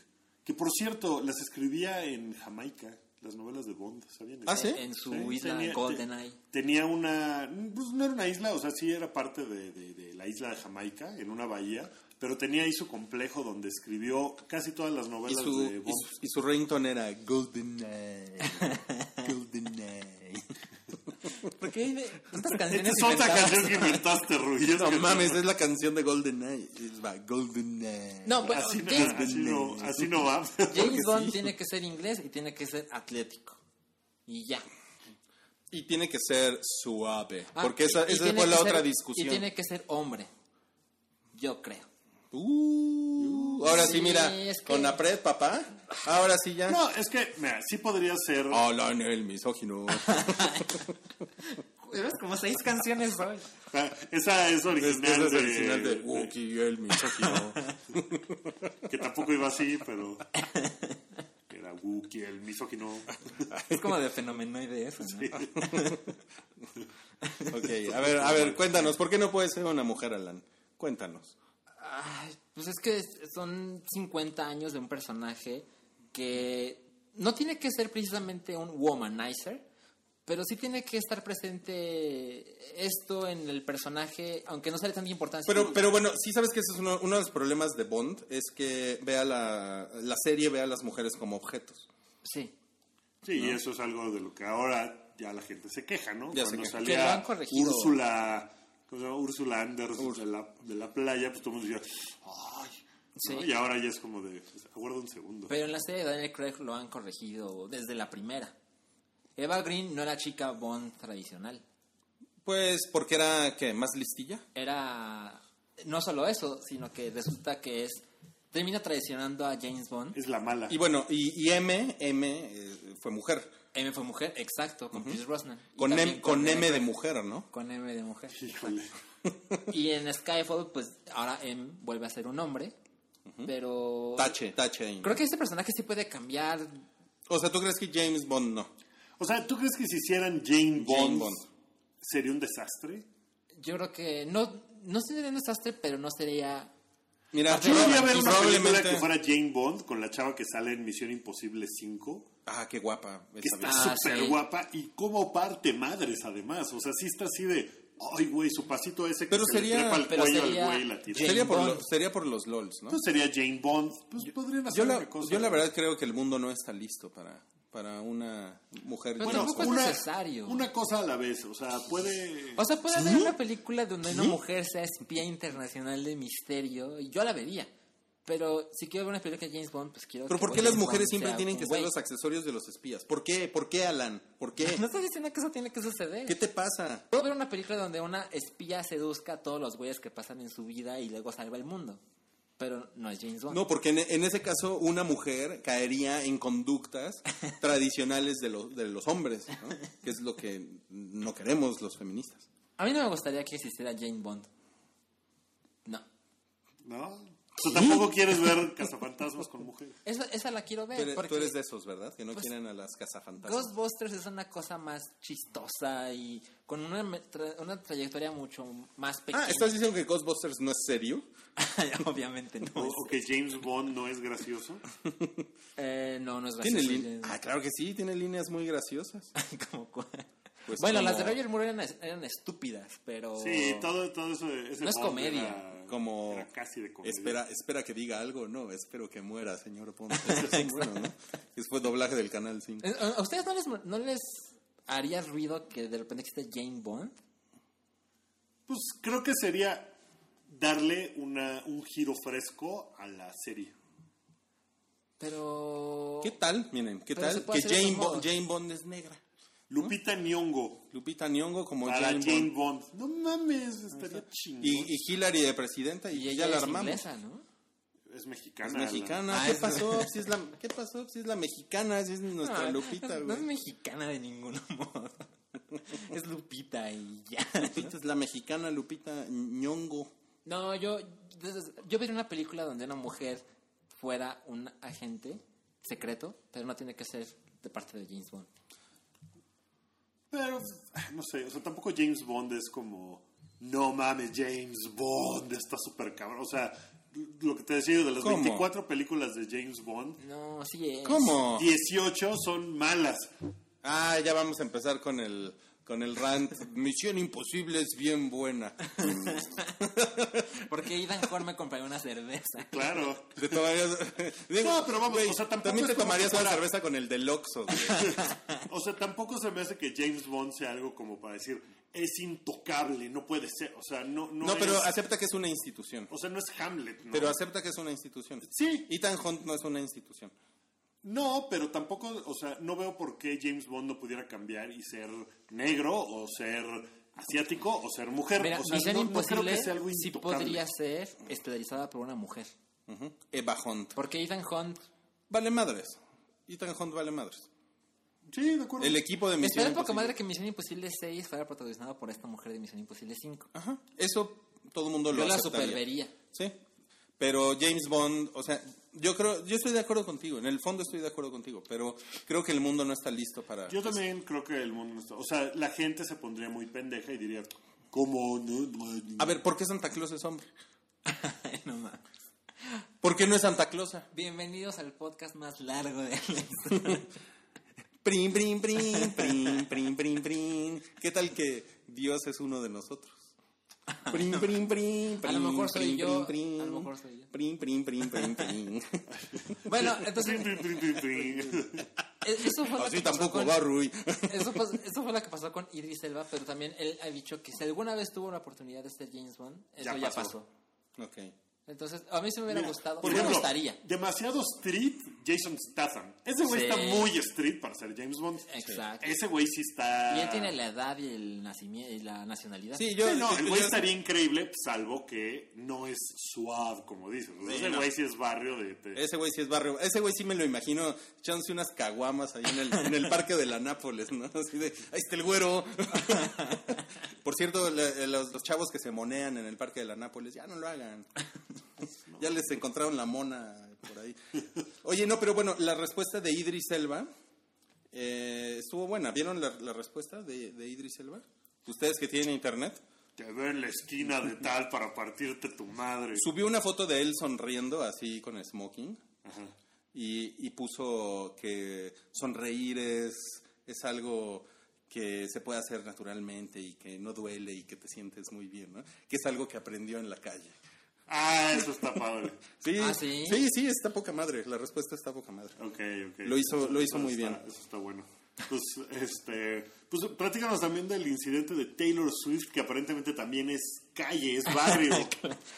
Speaker 2: Que por cierto, las escribía en Jamaica, las novelas de Bond, ¿sabían? eso?
Speaker 4: Ah, ¿sí?
Speaker 3: En su
Speaker 2: Sí,
Speaker 3: isla
Speaker 2: tenía-
Speaker 3: GoldenEye.
Speaker 2: te- Tenía una. Pues no era una isla, o sea, sí era parte de, de- de la isla de Jamaica, en una bahía, pero tenía ahí su complejo donde escribió casi todas las
Speaker 4: Y
Speaker 2: novelas
Speaker 4: su,
Speaker 2: de
Speaker 4: y
Speaker 2: Bond.
Speaker 4: su, y su ringtone era GoldenEye, GoldenEye.
Speaker 3: ¿Por qué hay de- tantas
Speaker 2: Esta
Speaker 3: canciones
Speaker 2: es otra
Speaker 3: inventadas?
Speaker 2: canción que inventaste, Rubí. es
Speaker 4: No
Speaker 2: que-
Speaker 4: mames, es la canción de GoldenEye. Es va, GoldenEye.
Speaker 3: No, bueno,
Speaker 2: Así, no-
Speaker 3: James,
Speaker 2: así no, así no va.
Speaker 3: James Bond tiene que ser inglés y tiene que ser atlético. Y ya.
Speaker 4: Y tiene que ser suave.
Speaker 3: Ah,
Speaker 4: porque
Speaker 3: y-
Speaker 4: esa,
Speaker 3: y
Speaker 4: esa
Speaker 3: tiene
Speaker 4: fue
Speaker 3: que
Speaker 4: la
Speaker 3: ser-
Speaker 4: otra
Speaker 3: Y
Speaker 4: discusión.
Speaker 3: tiene que ser hombre. Yo creo.
Speaker 4: Uh, ahora sí,
Speaker 3: Sí,
Speaker 4: mira,
Speaker 3: es que-
Speaker 4: con la pred, papá. Ahora sí ya.
Speaker 2: No, es que, mira, sí podría ser.
Speaker 4: Hola, en el misógino.
Speaker 3: ¿Ves? Como seis canciones hoy.
Speaker 2: Ah, Esa es
Speaker 4: es,
Speaker 2: original.
Speaker 4: ese es
Speaker 2: de-
Speaker 4: el final de
Speaker 2: de-
Speaker 4: Wookie, el misógino.
Speaker 2: que tampoco iba así, pero. Era Wookiee, el misógino.
Speaker 3: Es como de fenomenoide eso, ¿no?
Speaker 4: ok, a ver, a ver, cuéntanos, ¿por qué no puede ser una mujer, Alan? Cuéntanos.
Speaker 3: Ay, pues es que es- son 50 años de un personaje que no tiene que ser precisamente un womanizer, pero sí tiene que estar presente esto en el personaje, aunque no sea de tanta importancia.
Speaker 4: Pero, pero bueno, sí sabes que ese es uno, uno de los problemas de Bond, es que vea la, la serie, vea a las mujeres como objetos.
Speaker 3: Sí.
Speaker 2: Sí, y eso es algo de lo que ahora ya la gente se queja, ¿no?
Speaker 4: Ya se
Speaker 2: Cuando
Speaker 4: queja.
Speaker 3: Que lo han
Speaker 2: salía
Speaker 3: corregido.
Speaker 2: Úrsula, ¿cómo se llama? Úrsula Anders de, la, de la playa, pues todo el mundo decía, ¡ay! ¿no?
Speaker 3: Sí.
Speaker 2: Y ahora ya es como de, pues, aguarda un segundo.
Speaker 3: Pero en la serie de Daniel Craig lo han corregido desde la primera. Eva Green no era chica Bond tradicional.
Speaker 4: Pues porque era, ¿qué? ¿Más listilla?
Speaker 3: Era. No solo eso, sino que resulta que es. Termina traicionando a James Bond.
Speaker 2: es la mala.
Speaker 4: Y bueno, y, y M, M eh, fue mujer.
Speaker 3: M fue mujer, exacto, con Pierce Brosnan. Y
Speaker 4: Con,
Speaker 3: también
Speaker 4: M, con M de
Speaker 2: pues.
Speaker 3: Craig.
Speaker 4: mujer, ¿no?
Speaker 3: Con M de mujer.
Speaker 2: Híjole.
Speaker 3: Y en Skyfall, pues ahora M vuelve a ser un hombre. Pero.
Speaker 4: Tache, tache ahí.
Speaker 3: Creo que este personaje sí puede cambiar.
Speaker 4: O sea, ¿tú crees que James Bond no?
Speaker 2: O sea, ¿tú crees que si hicieran Jane Bond,
Speaker 4: Jane Bond.
Speaker 2: sería un desastre?
Speaker 3: Yo creo que. No, no sería un desastre, pero no sería.
Speaker 4: Mira,
Speaker 2: Ah, Yo
Speaker 4: proba-
Speaker 2: quería ver una película
Speaker 4: Ah, probablemente...
Speaker 2: que fuera Jane Bond con la chava que sale en Misión Imposible 5.
Speaker 4: Ah, qué guapa.
Speaker 2: que
Speaker 4: esa
Speaker 2: está
Speaker 4: vieja.
Speaker 3: Ah,
Speaker 2: súper
Speaker 3: sí.
Speaker 2: guapa y como parte madres además. O sea, sí está así de, ay, güey, su pasito ese que
Speaker 4: Pero
Speaker 2: se
Speaker 4: sería-
Speaker 2: le trepa al
Speaker 3: pero
Speaker 2: cuello
Speaker 3: sería
Speaker 2: al güey y la tira.
Speaker 3: Jane
Speaker 4: Sería por,
Speaker 3: Bond.
Speaker 4: los, sería por los LOLs, ¿no?
Speaker 2: Entonces sería Jane Bond. Pues podrían hacer
Speaker 4: Yo la,
Speaker 2: otra cosa.
Speaker 4: yo la verdad creo que el mundo no está listo para, para una mujer.
Speaker 3: Pero
Speaker 4: James
Speaker 2: Bueno,
Speaker 3: tampoco es
Speaker 4: Bond.
Speaker 2: una,
Speaker 3: necesario.
Speaker 2: una cosa a la vez. O sea, puede...
Speaker 3: O sea, puede haber una película donde una mujer sea espía internacional de misterio. Y yo la vería. Pero si quiero ver una película de James Bond, pues quiero.
Speaker 4: Pero
Speaker 3: que
Speaker 4: ¿por qué
Speaker 3: James
Speaker 4: las mujeres
Speaker 3: Bond
Speaker 4: siempre
Speaker 3: sea
Speaker 4: tienen
Speaker 3: un
Speaker 4: que ser
Speaker 3: güey? Ah,
Speaker 4: los accesorios de los espías? ¿Por qué? ¿Por qué, Alan? ¿Por qué?
Speaker 3: No estoy diciendo que eso tiene que suceder.
Speaker 4: ¿Qué te pasa?
Speaker 3: Puedo ver una película donde una espía seduzca a todos los güeyes que pasan en su vida y luego salva el mundo. Pero no es James Bond.
Speaker 4: No, porque en, en ese caso una mujer caería en conductas tradicionales de, los de los hombres, ¿no? que es lo que no queremos los feministas.
Speaker 3: A mí no me gustaría que existiera Jane Bond. No.
Speaker 2: ¿No? O sea, tampoco quieres ver Cazafantasmas con mujeres.
Speaker 3: Esa, esa la quiero ver.
Speaker 4: Tú eres,
Speaker 3: porque
Speaker 4: tú eres de esos, ¿verdad? Que no
Speaker 3: Pues,
Speaker 4: quieren a las cazafantasmas.
Speaker 3: Ghostbusters es una cosa más chistosa y con una, me- tra- una trayectoria mucho más pequeña.
Speaker 4: Ah, ¿estás diciendo que Ghostbusters no es serio?
Speaker 3: Obviamente no.
Speaker 2: O,
Speaker 3: es-
Speaker 2: o que James Bond no es gracioso.
Speaker 3: eh, no, no es
Speaker 4: Tiene
Speaker 3: gracioso, James
Speaker 4: lin- Ah, claro que sí, tiene líneas muy graciosas.
Speaker 3: Bond. Como cual.
Speaker 4: Pues
Speaker 3: bueno,
Speaker 4: como-
Speaker 3: las de Roger Moore eran, eran estúpidas, pero...
Speaker 2: Sí, todo, todo eso... Ese
Speaker 3: No es
Speaker 2: Bond
Speaker 3: comedia.
Speaker 2: era-
Speaker 4: Como-
Speaker 2: era casi de comedia.
Speaker 4: Espera, espera que diga algo, no, espero que muera,
Speaker 3: Eh,
Speaker 4: señor Bond. Eso es muy bueno, ¿no? Después doblaje del Canal 5.
Speaker 3: ¿A a ustedes no les, no les ¿Haría ruido que de repente existe Jane Bond?
Speaker 2: Pues creo que sería darle una, un giro fresco a la serie.
Speaker 3: Pero...
Speaker 4: ¿Qué tal? Miren, ¿qué
Speaker 3: Pero se
Speaker 4: tal?
Speaker 3: puede
Speaker 4: Que
Speaker 3: hacer de
Speaker 4: Jane,
Speaker 3: otro
Speaker 4: Bo-
Speaker 3: modo.
Speaker 4: Jane Bond es negra.
Speaker 2: Lupita Nyong'o
Speaker 4: Lupita Nyong'o como
Speaker 2: para
Speaker 4: Jane,
Speaker 2: Jane,
Speaker 4: Bond.
Speaker 2: Bond. No mames, estaría chingón.
Speaker 4: Y, y Hillary de presidenta y,
Speaker 3: Y ella
Speaker 4: ya la
Speaker 3: es
Speaker 4: armamos.
Speaker 3: inglesa, ¿no?
Speaker 2: es
Speaker 4: Es
Speaker 2: mexicana. Alan.
Speaker 4: mexicana.
Speaker 3: Ah,
Speaker 4: ¿Qué
Speaker 3: es-
Speaker 4: pasó? Si es la, ¿Qué pasó? Si es la mexicana, si es nuestra
Speaker 3: No,
Speaker 4: Lupita,
Speaker 3: Ah, No es
Speaker 4: güey.
Speaker 3: mexicana de ningún modo. es Lupita y ya.
Speaker 4: Lupita es la mexicana Lupita Ñongo.
Speaker 3: No, yo, entonces, yo vi una película donde una mujer fuera un agente secreto, pero no tiene que ser de parte de James Bond.
Speaker 2: Pero, ah, no sé, o sea, tampoco James Bond es como, no mames, James Bond está súper cabrón. O sea, lo que te decía de las
Speaker 4: ¿Cómo?
Speaker 2: 24 películas de James Bond,
Speaker 3: No, sí es.
Speaker 4: ¿Cómo?
Speaker 2: 18 son malas.
Speaker 4: Ah, ya vamos a empezar con el con el rant. Misión Imposible es bien buena.
Speaker 3: Porque Aidan Horn me compró una cerveza.
Speaker 2: Claro.
Speaker 4: Te tomarías- digo,
Speaker 2: No, pero vamos,
Speaker 4: güey,
Speaker 2: o sea, tampoco
Speaker 4: también
Speaker 2: es
Speaker 4: te
Speaker 2: como
Speaker 4: tomarías
Speaker 2: que
Speaker 4: una
Speaker 2: fuera-
Speaker 4: cerveza con el del Oxxo. güey.
Speaker 2: O sea, tampoco se me hace que James Bond sea algo como para decir, es intocable, no puede ser. O sea, no, no,
Speaker 4: No, pero
Speaker 2: es-
Speaker 4: acepta que es una institución.
Speaker 2: O sea, no es Hamlet, ¿no?
Speaker 4: Pero acepta que es una institución.
Speaker 2: Sí.
Speaker 4: Ethan Hunt no es una institución.
Speaker 2: No, pero tampoco, o sea, no veo por qué James Bond no pudiera cambiar y ser negro o ser asiático o ser mujer.
Speaker 3: Mira,
Speaker 2: o sea,
Speaker 3: Misión
Speaker 2: no, no creo
Speaker 3: Imposible
Speaker 2: que sea algo
Speaker 3: sí
Speaker 2: intocable.
Speaker 3: podría ser estelarizada por una mujer.
Speaker 4: Ujú. Eva Hunt.
Speaker 3: Porque Ethan Hunt...
Speaker 4: Vale madres. Ethan Hunt vale madres.
Speaker 2: Sí, de acuerdo.
Speaker 4: El equipo de Misión
Speaker 3: Espera poca
Speaker 4: Imposible.
Speaker 3: madre que Misión Imposible 6 fuera protagonizada por esta mujer de Misión Imposible 5.
Speaker 4: Ajá. Eso todo el mundo lo
Speaker 3: Yo la
Speaker 4: aceptaría.
Speaker 3: supervería.
Speaker 4: Sí. Pero James Bond, o sea, yo creo, yo estoy de acuerdo contigo, en el fondo estoy de acuerdo contigo, pero creo que el mundo no está listo para...
Speaker 2: Yo también creo que el mundo está... O sea, la gente se pondría muy pendeja y diría, ¿cómo? No, no, no?
Speaker 4: A ver, ¿por qué Santa Claus es hombre?
Speaker 3: Ay, no mames.
Speaker 4: ¿Por qué no es Santa Claus?
Speaker 3: Bienvenidos al podcast más largo de
Speaker 4: Prim, prim, prim, prim, prim, prim, prim. ¿Qué tal que Dios es uno de nosotros? Prim, prim, prim, prim.
Speaker 3: A lo mejor soy
Speaker 4: prim,
Speaker 3: yo,
Speaker 4: prim,
Speaker 3: a lo
Speaker 4: prim.
Speaker 3: mejor soy yo.
Speaker 4: Prim, prim, prim, prim, prim.
Speaker 3: Bueno, entonces,
Speaker 2: Prim, prim, prim, prim, prim.
Speaker 3: eh, eso fue, lo
Speaker 4: Así
Speaker 3: que pasó
Speaker 4: tampoco
Speaker 3: con,
Speaker 4: va, Rui.
Speaker 3: eso, pas- eso fue lo que pasó con Idris Elba, pero también él ha dicho que si alguna vez tuvo la oportunidad de ser James Bond, eso
Speaker 2: Ya
Speaker 3: ya
Speaker 2: pasó.
Speaker 3: pasó.
Speaker 4: Ok.
Speaker 3: Entonces, a mí se me hubiera
Speaker 2: Mira,
Speaker 3: gustado,
Speaker 2: Por
Speaker 3: me
Speaker 2: ejemplo,
Speaker 3: gustaría.
Speaker 2: demasiado street Jason Statham. Ese güey
Speaker 3: Sí.
Speaker 2: está muy street para ser James Bond.
Speaker 3: Exacto.
Speaker 2: Ese güey sí está...
Speaker 3: Y él tiene la edad y el nacimiento y la nacionalidad.
Speaker 4: Sí, yo...
Speaker 2: Sí, no, el güey
Speaker 4: yo-
Speaker 2: estaría increíble, salvo que no es suave, como dices. O sea,
Speaker 4: Sí,
Speaker 2: ese
Speaker 4: no.
Speaker 2: güey sí es barrio de... de-
Speaker 4: Ese güey sí es barrio. Ese güey sí me lo imagino echándose unas caguamas ahí en el, en el parque de la Nápoles, ¿no? Así de, ahí está el güero. Por cierto, la- eh, los, los chavos que se monean en el parque de la Nápoles, ya no lo hagan. Ya les encontraron la mona por ahí. Oye, no, pero bueno, la respuesta de Idris Elba eh, estuvo buena. ¿Vieron la, la respuesta de, de Idris Elba? Ustedes que tienen internet.
Speaker 2: Te veo en la esquina de tal para partirte tu madre.
Speaker 4: Subió una foto de él sonriendo, así con smoking.
Speaker 2: Ajá.
Speaker 4: y, y puso que sonreír es, es algo que se puede hacer naturalmente y que no duele y que te sientes muy bien, ¿no? Que es algo que aprendió en la calle.
Speaker 2: Ah, eso está padre.
Speaker 4: Sí,
Speaker 3: Ah, ¿sí?
Speaker 4: sí, sí, está poca madre. La respuesta está poca madre.
Speaker 2: Ok, ok.
Speaker 4: Lo hizo-
Speaker 2: Eso-
Speaker 4: lo hizo
Speaker 2: eso
Speaker 4: muy
Speaker 2: está-
Speaker 4: bien.
Speaker 2: Eso está bueno. Pues, este, pues platícanos también del incidente de Taylor Swift, que aparentemente también es calle, es barrio,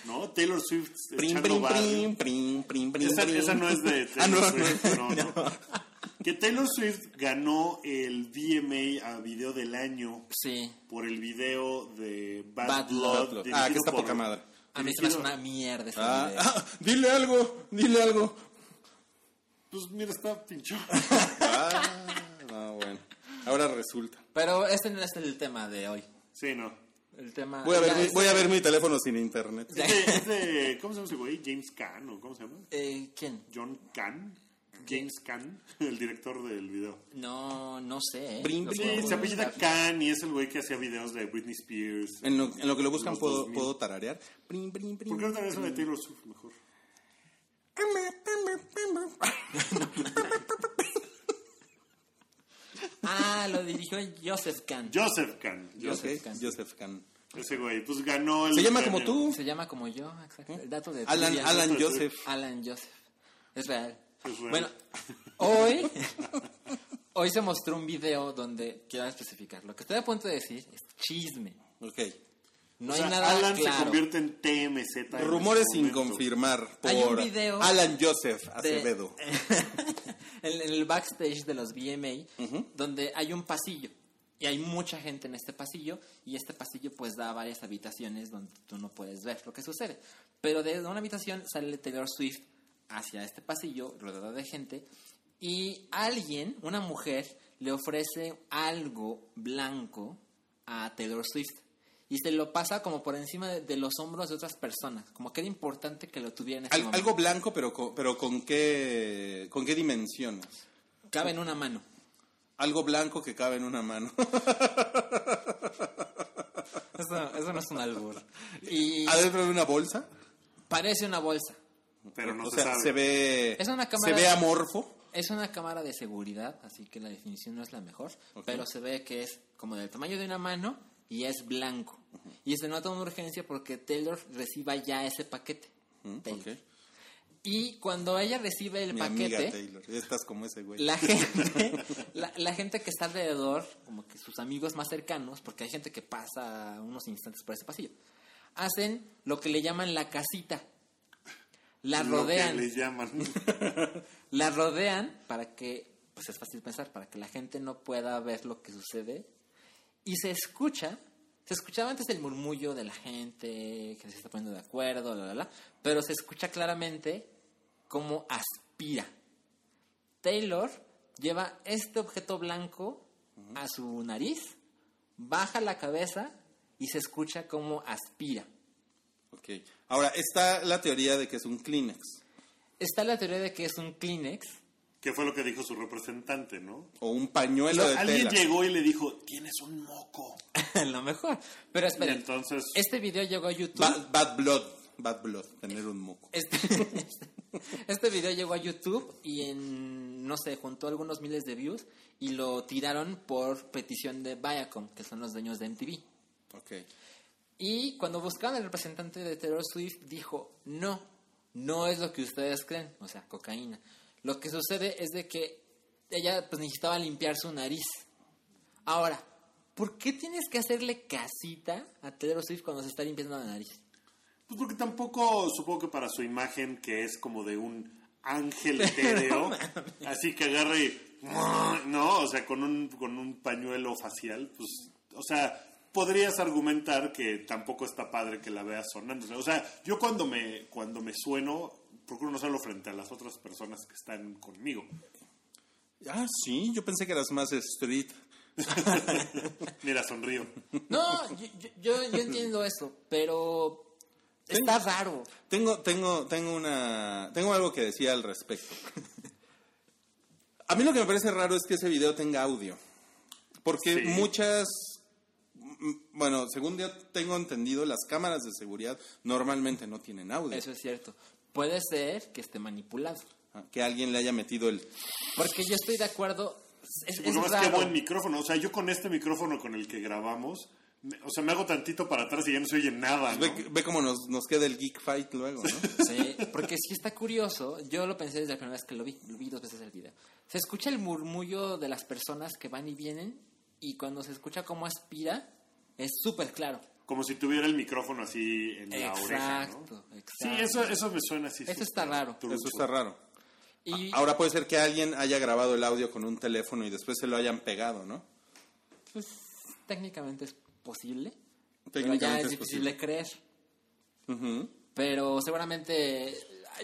Speaker 2: ¿no? Taylor Swift
Speaker 4: Prim,
Speaker 2: echando
Speaker 4: prim,
Speaker 2: barrio.
Speaker 4: prim, prim, prim, prim,
Speaker 2: Esa,
Speaker 4: prim.
Speaker 2: esa no es de
Speaker 4: Ah, no,
Speaker 2: Taylor Swift, no, no. Que Taylor Swift ganó el VMA a video del año
Speaker 3: Sí.
Speaker 2: por el video de Bad,
Speaker 3: Bad
Speaker 2: Blood.
Speaker 4: Blood.
Speaker 2: dirigido
Speaker 4: Ah, que está
Speaker 2: por-
Speaker 4: poca madre.
Speaker 3: A mí se me hace
Speaker 2: dirigido-
Speaker 3: una mierda ese
Speaker 4: Ah,
Speaker 3: video.
Speaker 4: ah, dile algo, dile algo.
Speaker 2: Pues mira, está pinchado.
Speaker 4: Ah, no, bueno. Ahora resulta.
Speaker 3: Pero este no es el tema de hoy.
Speaker 2: Sí, no.
Speaker 3: El tema...
Speaker 4: Voy a ver,
Speaker 3: Ya,
Speaker 4: mi,
Speaker 3: es-
Speaker 4: voy a ver mi teléfono sin internet.
Speaker 3: Ya.
Speaker 2: Es de- es de- ¿Cómo se llama ese güey? James Caan, ¿o cómo se llama?
Speaker 3: Eh, ¿Quién?
Speaker 2: John Caan. James Caan, el director del video.
Speaker 3: No, no sé. ¿eh?
Speaker 4: Brin,
Speaker 3: Lo
Speaker 4: brin,
Speaker 2: Sí,
Speaker 3: puedo
Speaker 2: se
Speaker 3: buscar.
Speaker 2: apellida Caan y es el güey que hacía videos de Britney Spears.
Speaker 4: En lo, en lo que lo buscan
Speaker 2: Los
Speaker 4: puedo,
Speaker 2: 2000.
Speaker 4: puedo tararear. Prim, prim, prim,
Speaker 2: ¿Por qué no te ves
Speaker 4: prim.
Speaker 2: una de Taylor Swift mejor?
Speaker 3: Ah, lo dirigió Joseph Kahn.
Speaker 2: Joseph Caan.
Speaker 3: Joseph
Speaker 4: Ok,
Speaker 3: Kahn.
Speaker 4: Joseph Kahn.
Speaker 2: Ese güey, pues ganó el.
Speaker 4: Se llama
Speaker 2: premio.
Speaker 4: como tú.
Speaker 3: Se llama como yo, exacto. El dato de
Speaker 4: Alan,
Speaker 3: trivia.
Speaker 4: Alan Joseph.
Speaker 3: Alan Joseph. Es
Speaker 2: Es
Speaker 3: real.
Speaker 2: real.
Speaker 3: Bueno, hoy, Hoy se mostró un video donde quiero especificar. Lo que estoy a punto de decir es chisme.
Speaker 4: Ok.
Speaker 3: No
Speaker 2: O
Speaker 3: hay
Speaker 2: sea,
Speaker 3: nada
Speaker 2: Alan se
Speaker 3: claro.
Speaker 2: convierte en TMZ. en
Speaker 4: Rumores
Speaker 2: este
Speaker 4: sin
Speaker 2: momento.
Speaker 4: confirmar por
Speaker 3: Hay un video
Speaker 4: Alan Joseph
Speaker 3: de-
Speaker 4: Acevedo.
Speaker 3: en, en el backstage de los VMA, donde hay un pasillo. Y hay mucha gente en este pasillo. Y este pasillo, pues, da varias habitaciones donde tú no puedes ver lo que sucede. Pero desde una habitación sale Taylor Swift hacia este pasillo, rodeada de gente. Y alguien, una mujer, le ofrece algo blanco a Taylor Swift. Y se lo pasa como por encima de, de los hombros de otras personas. Como que era importante que lo tuvieran en ese
Speaker 4: Al-
Speaker 3: momento.
Speaker 4: algo blanco, pero con, pero con qué con qué dimensiones.
Speaker 3: Cabe en una mano.
Speaker 4: Algo blanco que cabe en una mano.
Speaker 3: Eso, eso no es un albur. Y
Speaker 4: Adentro de una bolsa.
Speaker 3: parece una bolsa.
Speaker 2: Pero no
Speaker 4: o
Speaker 2: se
Speaker 4: sea,
Speaker 2: sabe.
Speaker 4: se ve
Speaker 3: Es una
Speaker 4: se
Speaker 3: cámara-
Speaker 4: ve amorfo.
Speaker 3: Es una cámara de seguridad, así que la definición no es la mejor,
Speaker 4: Ok.
Speaker 3: pero se ve que es como del tamaño de una mano y es blanco. Y se nota una urgencia porque Taylor reciba ya ese paquete. Taylor.
Speaker 4: Ok.
Speaker 3: Y cuando ella recibe el
Speaker 4: Mi amiga
Speaker 3: paquete,
Speaker 4: Taylor, estás como ese güey.
Speaker 3: la gente, la, la gente que está alrededor, como que sus amigos más cercanos, porque hay gente que pasa unos instantes por ese pasillo, hacen lo que le llaman la casita. La
Speaker 2: Lo
Speaker 3: rodean.
Speaker 2: que le llaman.
Speaker 3: la rodean para que, pues es fácil pensar, para que la gente no pueda ver lo que sucede. Y se escucha, se escuchaba antes el murmullo de la gente que se está poniendo de acuerdo, la, la, la, pero se escucha claramente cómo aspira. Taylor lleva este objeto blanco a su nariz, baja la cabeza y se escucha cómo aspira.
Speaker 4: Ok. Ahora está la teoría de que es un Kleenex
Speaker 3: Está la teoría de que es un Kleenex.
Speaker 2: ¿Qué fue lo que dijo su representante, no?
Speaker 4: o un pañuelo de
Speaker 2: Alguien
Speaker 4: tela.
Speaker 2: llegó y le dijo, tienes un moco.
Speaker 3: A lo mejor. Pero esperen.
Speaker 2: Y entonces-
Speaker 3: Este video llegó a YouTube.
Speaker 4: Bad, bad blood, bad blood, tener un moco.
Speaker 3: Este, este video llegó a YouTube y en, no sé, juntó algunos miles de views y lo tiraron por petición de Viacom, que son los dueños de MTV.
Speaker 4: Ok.
Speaker 3: Y cuando buscaban al representante de Taylor Swift, dijo, no, no es lo que ustedes creen, o sea, cocaína. Lo que sucede es de que ella pues, necesitaba limpiar su nariz. Ahora, ¿por qué tienes que hacerle casita a Taylor Swift cuando se está limpiando la nariz?
Speaker 2: Pues porque tampoco, supongo que para su imagen, que es como de un ángel etéreo, así que agarre y, No, o sea, con un, con un pañuelo facial, pues, o sea, podrías argumentar que tampoco está padre que la veas sonando. O sea, yo cuando me, cuando me sueno, procuro no hacerlo frente a las otras personas que están conmigo.
Speaker 4: Ah, sí, yo pensé que eras más street.
Speaker 2: Mira, sonrío.
Speaker 3: No, yo, yo- yo, yo entiendo eso, pero está raro.
Speaker 4: Tengo, tengo, tengo una, tengo algo que decir al respecto. A mí lo que me parece raro es que ese video tenga audio, porque
Speaker 2: Sí.
Speaker 4: muchas, mm, bueno, según yo tengo entendido, las cámaras de seguridad normalmente no tienen audio.
Speaker 3: Eso es cierto. Puede ser que esté manipulado.
Speaker 4: Ah, Que alguien le haya metido el.
Speaker 3: Porque yo estoy de acuerdo. Es,
Speaker 2: Porque
Speaker 3: es
Speaker 2: más qué
Speaker 3: raro.
Speaker 2: buen micrófono. O sea, yo con este micrófono con el que grabamos, me- o sea, me hago tantito para atrás y ya no se oye nada. ¿no?
Speaker 4: Ve, ve cómo nos, nos queda el geek fight luego, ¿no?
Speaker 3: Sí, porque sí está curioso. Yo lo pensé desde la primera vez que lo vi. Lo vi dos veces el video. Se escucha el murmullo de las personas que van y vienen. Y cuando se escucha cómo aspira, es súper claro.
Speaker 2: Como si tuviera el micrófono así en la oreja. ¿no?
Speaker 3: Exacto,
Speaker 2: Sí,
Speaker 3: exacto.
Speaker 2: eso, eso me suena así.
Speaker 3: Eso
Speaker 2: súper
Speaker 3: está raro.
Speaker 2: trucho.
Speaker 4: Eso está raro.
Speaker 3: Y
Speaker 4: Ahora puede ser que alguien haya grabado el audio con un teléfono y después se lo hayan pegado, ¿no?
Speaker 3: pues, técnicamente es posible.
Speaker 4: Técnicamente
Speaker 3: pero ya es,
Speaker 4: es
Speaker 3: difícil
Speaker 4: posible.
Speaker 3: de creer.
Speaker 4: Ujú.
Speaker 3: Pero seguramente.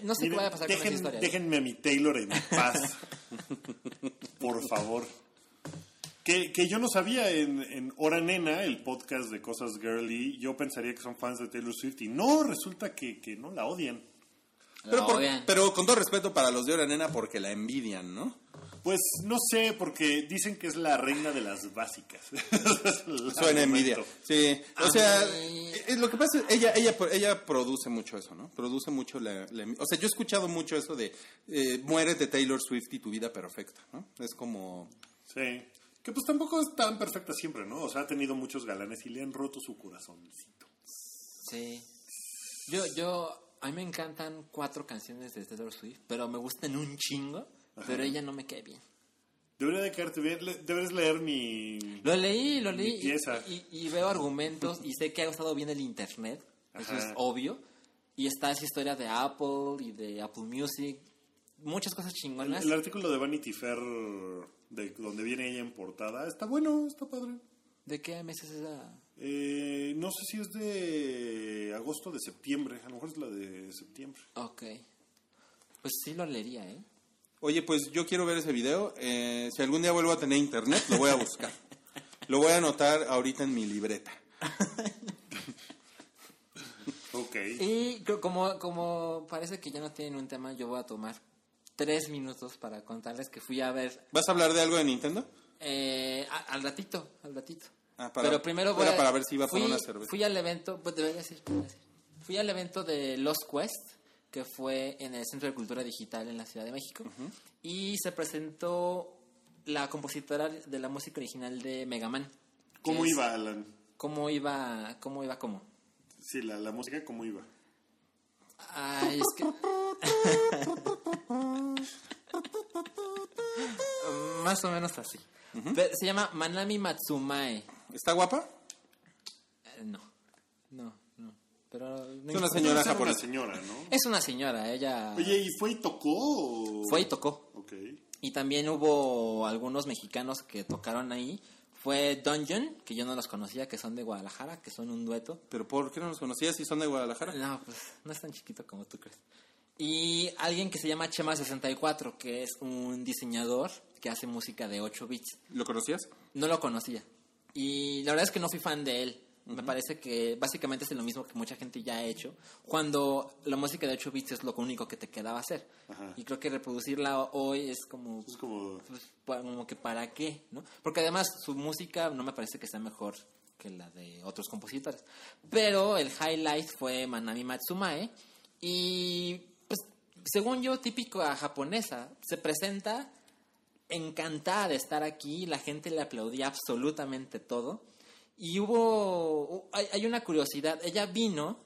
Speaker 3: No sé
Speaker 2: Miren,
Speaker 3: qué vaya a pasar
Speaker 2: dejen-
Speaker 3: con esa historia.
Speaker 2: Déjenme a mi Taylor en paz. Por favor. Que, que yo no sabía en, en Hora Nena, el podcast de cosas girly, yo pensaría que son fans de Taylor Swift y no, resulta que, que no la odian.
Speaker 3: La
Speaker 4: Pero, por-
Speaker 3: odian.
Speaker 4: pero con todo respeto para los de Hora Nena porque la envidian, ¿no?
Speaker 2: Pues no sé, porque dicen que es la reina de las básicas.
Speaker 4: Suena
Speaker 2: Suena
Speaker 4: envidia. Sí, o
Speaker 3: A
Speaker 4: sea,
Speaker 3: mí-
Speaker 4: eh, eh, lo que pasa es ella ella ella produce mucho eso, ¿no? Produce mucho la, la envi- o sea, yo he escuchado mucho eso de eh, muérete Taylor Swift y tu vida perfecta, ¿no? Es como
Speaker 2: Sí. Que pues tampoco es tan perfecta siempre, ¿no? O sea, ha tenido muchos galanes y le han roto su corazoncito.
Speaker 3: Sí. Yo, yo, a mí me encantan cuatro canciones de Taylor Swift, pero me gustan un chingo, pero ella no me cae bien.
Speaker 2: Debería de caerte bien. le- Debes leer mi...
Speaker 3: Lo leí, lo leí.
Speaker 2: Mi
Speaker 3: y-
Speaker 2: pieza.
Speaker 3: Y, y veo argumentos y sé que ha usado bien el internet. Eso es
Speaker 2: Ajá.
Speaker 3: obvio. Y está esa historia de Apple y de Apple Music. Muchas cosas
Speaker 2: El,
Speaker 3: chingonas.
Speaker 2: el artículo de Vanity Fair, de donde viene ella en portada, está bueno, está padre.
Speaker 3: ¿De qué meses es esa?
Speaker 2: Eh, no sé si es de agosto o de septiembre. A lo mejor es la de septiembre.
Speaker 3: Ok. Pues sí lo leería, ¿eh?
Speaker 4: Oye, pues yo quiero ver ese video. Eh, si algún día vuelvo a tener internet, lo voy a buscar. lo voy a anotar ahorita en mi libreta.
Speaker 2: Ok.
Speaker 3: Y creo- como, como parece que ya no tienen un tema, yo voy a tomar tres minutos para contarles que fui a ver
Speaker 4: ¿Vas a hablar de algo de Nintendo?
Speaker 3: Eh, a- al ratito, al ratito.
Speaker 4: Ah, para-
Speaker 3: Pero primero voy
Speaker 4: era
Speaker 3: a-
Speaker 4: para ver si iba por
Speaker 3: fui,
Speaker 4: una cerveza.
Speaker 3: Fui al evento, pues debería ser, debería ser. Fui al evento de Lost Quest, que fue en el Centro de Cultura Digital en la Ciudad de México. Y se presentó la compositora de la música original de Mega Man. que
Speaker 2: ¿Cómo
Speaker 3: es-
Speaker 2: iba, Alan?
Speaker 3: ¿Cómo iba? ¿Cómo iba? ¿Cómo?
Speaker 2: Sí, la, la música, ¿cómo iba?
Speaker 3: Ay, es que... Más o menos así. Pero Se llama Manami Matsumae.
Speaker 4: ¿Está guapa?
Speaker 3: Eh, No, no, no. Pero no
Speaker 4: Es una
Speaker 3: importa.
Speaker 4: señora
Speaker 2: Era una
Speaker 4: japonesa.
Speaker 2: señora, ¿no?
Speaker 3: Es una señora, ella
Speaker 2: Oye, ¿y fue y tocó? o-
Speaker 3: fue y tocó.
Speaker 2: Ok.
Speaker 3: Y también hubo algunos mexicanos que tocaron ahí. Fue Dungeon, que yo no los conocía, que son de Guadalajara, que son un dueto.
Speaker 4: ¿Pero por qué no nos conocías si son de Guadalajara?
Speaker 3: No, pues no es tan chiquito como tú crees. Y alguien que se llama Chema64, que es un diseñador que hace música de 8 bits.
Speaker 4: ¿Lo conocías?
Speaker 3: No lo conocía. Y la verdad es que no fui fan de él. Me parece que básicamente es lo mismo que mucha gente ya ha hecho. Cuando la música de 8 bits es lo único que te quedaba hacer.
Speaker 2: Ajá.
Speaker 3: Y creo que reproducirla hoy es como,
Speaker 2: Es como...
Speaker 3: pues, pa- como que para qué, ¿no? Porque además su música no me parece que sea mejor que la de otros compositores. Pero el highlight fue Manami Matsumae. Y pues, según yo, típico a japonesa. Se presenta encantada de estar aquí, la gente le aplaudía absolutamente todo. Y hubo, hu- hay, hay una curiosidad, ella vino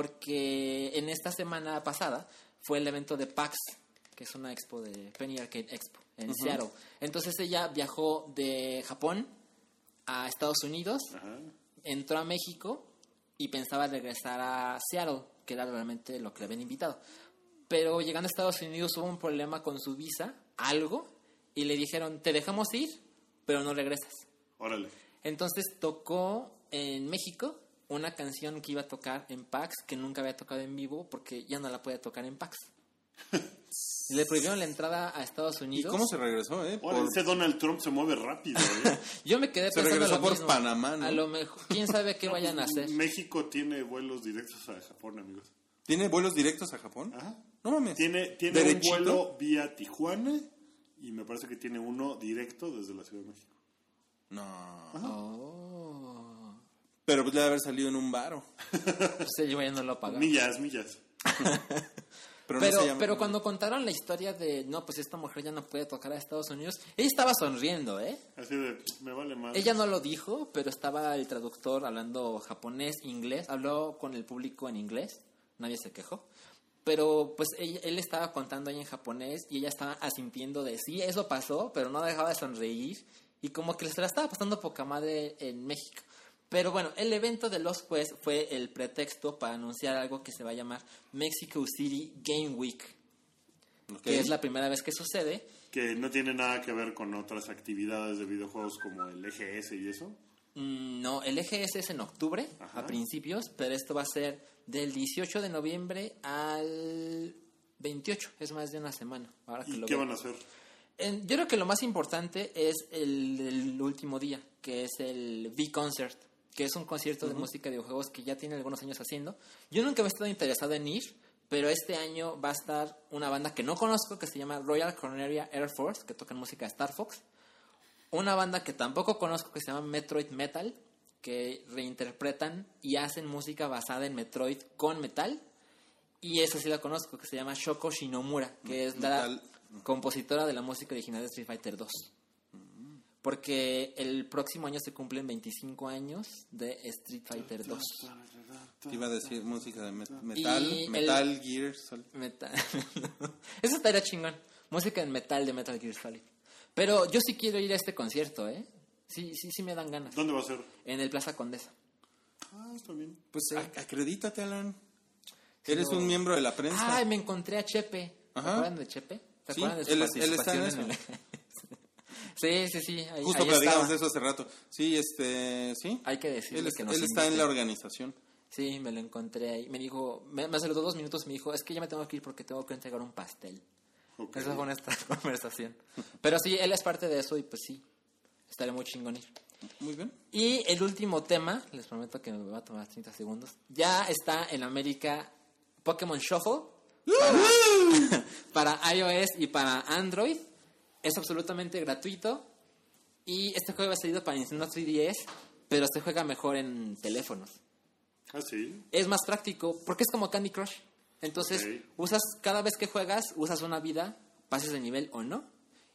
Speaker 3: porque en esta semana pasada fue el evento de PAX, que es una expo de Penny Arcade Expo en Seattle. Entonces ella viajó de Japón a Estados Unidos,
Speaker 2: Ajá.
Speaker 3: entró a México y pensaba regresar a Seattle, que era realmente lo que le habían invitado. Pero llegando a Estados Unidos hubo un problema con su visa, algo, y le dijeron, te dejamos ir, pero no regresas.
Speaker 2: Órale.
Speaker 3: Entonces tocó en México una canción que iba a tocar en PAX, que nunca había tocado en vivo, porque ya no la podía tocar en PAX. le prohibieron la entrada a Estados
Speaker 4: ¿Y
Speaker 3: Unidos.
Speaker 4: cómo se regresó, eh?
Speaker 2: Ahora,
Speaker 4: Por-
Speaker 2: ese Donald Trump se mueve rápido, ¿eh?
Speaker 3: Yo me quedé
Speaker 4: Se
Speaker 3: pensando
Speaker 4: regresó
Speaker 3: lo
Speaker 4: por
Speaker 3: mismo.
Speaker 4: Panamá, ¿no? pues,
Speaker 3: A lo mejor, quién sabe qué vayan a hacer.
Speaker 2: México tiene vuelos directos a Japón, amigos.
Speaker 4: ¿Tiene vuelos directos a Japón?
Speaker 2: Ajá.
Speaker 4: No mames.
Speaker 2: Tiene, tiene un
Speaker 4: ¿Derechito?
Speaker 2: vuelo vía Tijuana y me parece que tiene uno directo desde la Ciudad de México.
Speaker 4: No.
Speaker 3: Oh.
Speaker 4: Pero pues, debe haber salido en un varo.
Speaker 3: Pues ella ya no lo pagaba.
Speaker 2: Millas, millas.
Speaker 4: Pero, no
Speaker 3: Pero,
Speaker 4: se llama-
Speaker 3: pero cuando contaron la historia de, no, pues esta mujer ya no puede tocar a Estados Unidos, ella estaba sonriendo, ¿eh?
Speaker 2: Así de, me vale
Speaker 4: Ah,
Speaker 2: más.
Speaker 3: Ella no lo dijo, pero estaba el traductor hablando japonés, inglés, habló con el público en inglés, nadie se quejó. Pero pues ella- él estaba contando ahí en japonés y ella estaba asintiendo de sí, eso pasó, pero no dejaba de sonreír y como que se la estaba pasando poca madre en México. Pero bueno, el evento de los Quest fue el pretexto para anunciar algo que se va a llamar Mexico City Game Week,
Speaker 4: Ok.
Speaker 3: que es la primera vez que sucede
Speaker 2: Que no tiene nada que ver con otras actividades de videojuegos como el EGS y eso.
Speaker 3: Mm, No, el EGS es en octubre,
Speaker 2: Ajá.
Speaker 3: a principios, pero esto va a ser del 18 de noviembre al 28, es más de una semana. Ahora que
Speaker 2: ¿Y
Speaker 3: lo
Speaker 2: qué
Speaker 3: veo.
Speaker 2: van a hacer?
Speaker 3: En- yo creo que lo más importante es el, el último día, que es el V-Concert, que es un concierto de música de videojuegos que ya tiene algunos años haciendo. Yo nunca me he estado interesado en ir, pero este año va a estar una banda que no conozco, que se llama Royal Cornelia Air Force, que tocan música de Star Fox. Una banda que tampoco conozco, que se llama Metroid Metal, que reinterpretan y hacen música basada en Metroid con metal. Y esa sí la conozco, que se llama Shoko Shinomura, que es la
Speaker 4: metal.
Speaker 3: compositora de la música original de Street Fighter 2. Porque el próximo año se cumplen 25 años de Street Fighter 2.
Speaker 4: Te iba a decir música de met-
Speaker 3: Y
Speaker 4: metal,
Speaker 3: el-
Speaker 4: metal Gear Solid.
Speaker 3: Metal. Eso estaría chingón. Música en metal de Metal Gear Solid. Pero yo sí quiero ir a este concierto, ¿eh? Sí, sí, sí me dan ganas.
Speaker 2: ¿Dónde va a ser?
Speaker 3: En el Plaza Condesa.
Speaker 2: Ah, está bien.
Speaker 4: Pues ac- acredítate, Alan. Eres un miembro de la prensa.
Speaker 3: Ay, me encontré a Chepe. ¿Te
Speaker 4: Ajá.
Speaker 3: acuerdan de Chepe? ¿Te
Speaker 4: Sí,
Speaker 3: acuerdan de su
Speaker 4: él es- él está en
Speaker 3: participación en el- sí, sí, sí. ahí-
Speaker 4: Justo
Speaker 3: ahí
Speaker 4: platicamos
Speaker 3: estaba.
Speaker 4: de eso hace rato. Sí, este, sí.
Speaker 3: Hay que decirle
Speaker 4: Él, es-
Speaker 3: que nos
Speaker 4: él está en
Speaker 3: invite.
Speaker 4: la organización.
Speaker 3: Sí, me lo encontré ahí. Me dijo, me, me saludó dos minutos y me dijo, es que ya me tengo que ir porque tengo que entregar un pastel.
Speaker 2: Ok.
Speaker 3: Esa fue nuestra conversación. Pero sí, él es parte de eso y pues sí, estaré muy chingón ir.
Speaker 4: Muy bien.
Speaker 3: Y el último tema, les prometo que me va a tomar 30 segundos, ya está en América Pokémon Shuffle para, para iOS y para Android. Es absolutamente gratuito. Y este juego ha salido para Nintendo 3DS, pero se juega mejor en teléfonos
Speaker 2: Ah, sí.
Speaker 3: es más práctico porque es como Candy Crush. Entonces,
Speaker 2: Ok.
Speaker 3: usas cada vez que juegas, usas una vida, pases de nivel o no,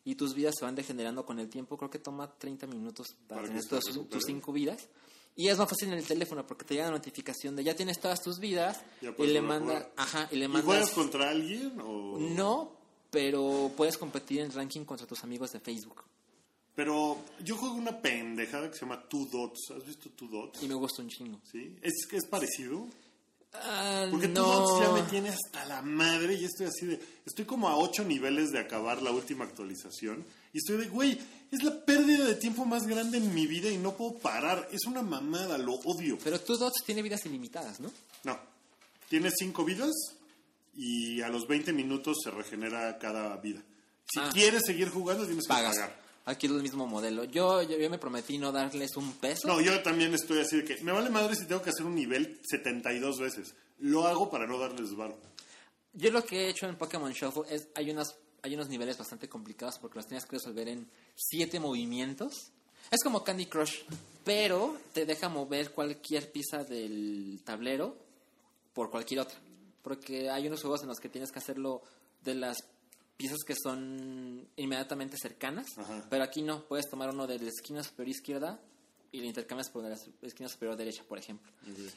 Speaker 3: y tus vidas se van degenerando con el tiempo. Creo que toma 30 minutos
Speaker 2: Para
Speaker 3: para,
Speaker 2: que
Speaker 3: tener
Speaker 2: se
Speaker 3: todas sus-
Speaker 2: recupere.
Speaker 3: tus cinco vidas. Y es más fácil en el teléfono porque te llega la notificación de ya tienes todas tus vidas
Speaker 2: Ya
Speaker 3: y
Speaker 2: puedes
Speaker 3: le
Speaker 2: volver a
Speaker 3: manda,
Speaker 2: jugar.
Speaker 3: ajá, y le
Speaker 2: ¿Y juegas
Speaker 3: mandas
Speaker 2: contra alguien o...?
Speaker 3: no, pero puedes competir en ranking contra tus amigos de Facebook.
Speaker 2: Pero yo juego una pendejada que se llama Two Dots. ¿Has visto Two Dots?
Speaker 3: Y me gusta un chingo.
Speaker 2: ¿Sí? ¿Es, es parecido?
Speaker 3: Ah,
Speaker 2: Porque
Speaker 3: no.
Speaker 2: Two Dots ya me tiene hasta la madre y estoy así de... Estoy como a ocho niveles de acabar la última actualización. Y estoy de, güey, es la pérdida de tiempo más grande en mi vida y no puedo parar. Es una mamada, lo odio.
Speaker 3: Pero tu Dots tiene vidas ilimitadas, ¿no?
Speaker 2: No. Tienes cinco vidas y a los 20 minutos se regenera cada vida. Si
Speaker 3: Ah.
Speaker 2: quieres seguir jugando, tienes que
Speaker 3: pagas.
Speaker 2: pagar.
Speaker 3: Aquí es el mismo modelo. Yo, yo, yo me prometí no darles un peso.
Speaker 2: No, yo también estoy así de que me vale madre si tengo que hacer un nivel 72 veces. Lo hago para no darles varo.
Speaker 3: Yo lo que he hecho en Pokémon Shuffle es hay unas hay unos niveles bastante complicados porque los tienes que resolver en siete movimientos. Es como Candy Crush, pero te deja mover cualquier pieza del tablero por cualquier otra. Porque hay unos juegos en los que tienes que hacerlo de las piezas que son inmediatamente cercanas,
Speaker 2: Ajá.
Speaker 3: pero aquí no, puedes tomar uno de la esquina superior izquierda y lo intercambias por la esquina superior derecha, por ejemplo.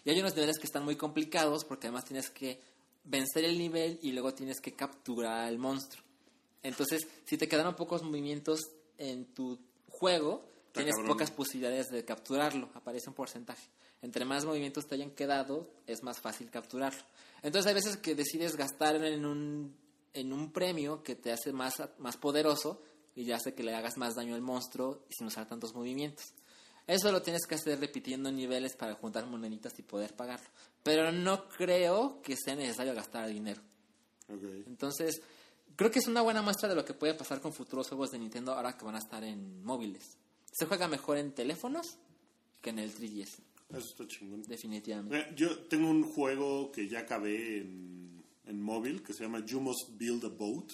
Speaker 3: Y hay unos niveles que están muy complicados porque además tienes que vencer el nivel y luego tienes que capturar al monstruo. Entonces, si te quedaron pocos movimientos en tu juego,
Speaker 2: Está
Speaker 3: tienes
Speaker 2: cabrón.
Speaker 3: pocas posibilidades de capturarlo. Aparece un porcentaje. Entre más movimientos te hayan quedado, es más fácil capturarlo. Entonces, hay veces que decides gastar en un, en un premio que te hace más, más poderoso y ya hace que le hagas más daño al monstruo sin usar tantos movimientos. Eso lo tienes que hacer repitiendo niveles para juntar moneditas y poder pagarlo. Pero no creo que sea necesario gastar dinero. Entonces, creo que es una buena muestra de lo que puede pasar con futuros juegos de Nintendo ahora que van a estar en móviles. Se juega mejor en teléfonos que en el 3DS,
Speaker 2: Eso está chingón.
Speaker 3: definitivamente.
Speaker 2: Mira, Yo tengo un juego que ya acabé en, en móvil que se llama You Must Build a Boat.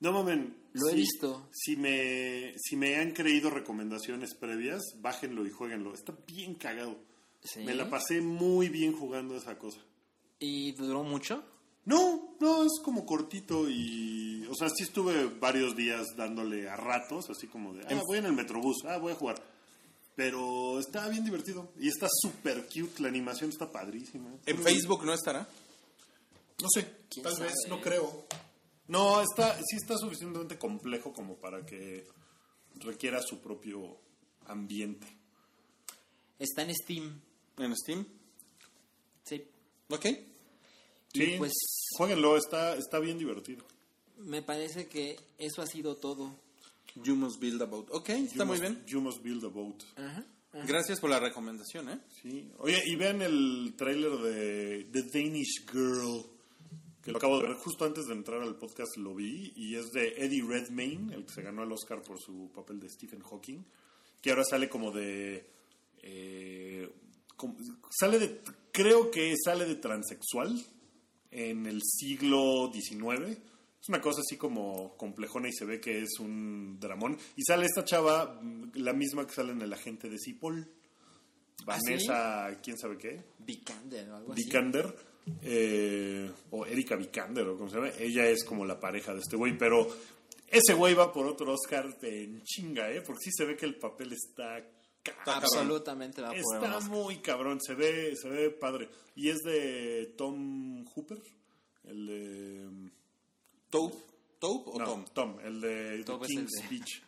Speaker 2: No mamen.
Speaker 3: Lo he
Speaker 2: si-
Speaker 3: visto.
Speaker 2: Si me, si me han creído recomendaciones previas, bájenlo y jueguenlo. Está bien cagado.
Speaker 3: Sí.
Speaker 2: Me la pasé muy bien jugando esa cosa.
Speaker 3: ¿Y duró mucho?
Speaker 2: No, no, es como cortito y... O sea, sí estuve varios días dándole a ratos, así como de... Ah, voy en el Metrobús, ah, voy a jugar. Pero está bien divertido y está súper cute, la animación está padrísima.
Speaker 4: En Facebook no estará.
Speaker 2: No sé,
Speaker 3: ¿Quién
Speaker 2: tal
Speaker 3: sabe?
Speaker 2: vez, no creo. No, está, sí está suficientemente complejo como para que requiera su propio ambiente.
Speaker 3: Está en Steam.
Speaker 4: En Steam.
Speaker 3: Sí.
Speaker 4: Ok.
Speaker 3: Y
Speaker 2: Sí,
Speaker 3: pues
Speaker 2: jueguenlo, está, está bien divertido.
Speaker 3: me parece que eso ha sido todo.
Speaker 4: You must build a boat. Ok,
Speaker 2: You
Speaker 4: está muy
Speaker 2: must-
Speaker 4: bien.
Speaker 2: You must build a boat.
Speaker 3: Ajá.
Speaker 4: Gracias por la recomendación, ¿eh?
Speaker 2: Sí. Oye, y vean el tráiler de The Danish Girl, que lo acabo de ver justo antes de entrar al podcast, lo vi, y es de Eddie Redmayne, el que se ganó el Oscar por su papel de Stephen Hawking, que ahora sale como de... eh, como- sale de... Creo que sale de transexual en el siglo XIX. Es una cosa así como complejona y se ve que es un dramón. Y sale esta chava, mm, la misma que sale en El Agente de Cipoll.
Speaker 3: ¿Ah, sí?
Speaker 2: Vanessa, quién sabe qué,
Speaker 3: Vikander o algo así.
Speaker 2: Vikander, eh, o Erika Vikander, o como se llama, ella es como la pareja de este güey, pero ese güey va por otro Oscar en chinga, ¿eh? Porque sí se ve que el papel está... cabrón.
Speaker 3: Absolutamente va a poder
Speaker 2: Está
Speaker 3: más.
Speaker 2: muy cabrón, se ve, se ve padre. Y es de Tom Hooper, el de...
Speaker 4: Taupe. ¿Taupe o
Speaker 2: no,
Speaker 4: Tom?
Speaker 2: Tom, el de The
Speaker 3: Tom es el
Speaker 2: King's
Speaker 3: de-
Speaker 2: Speech.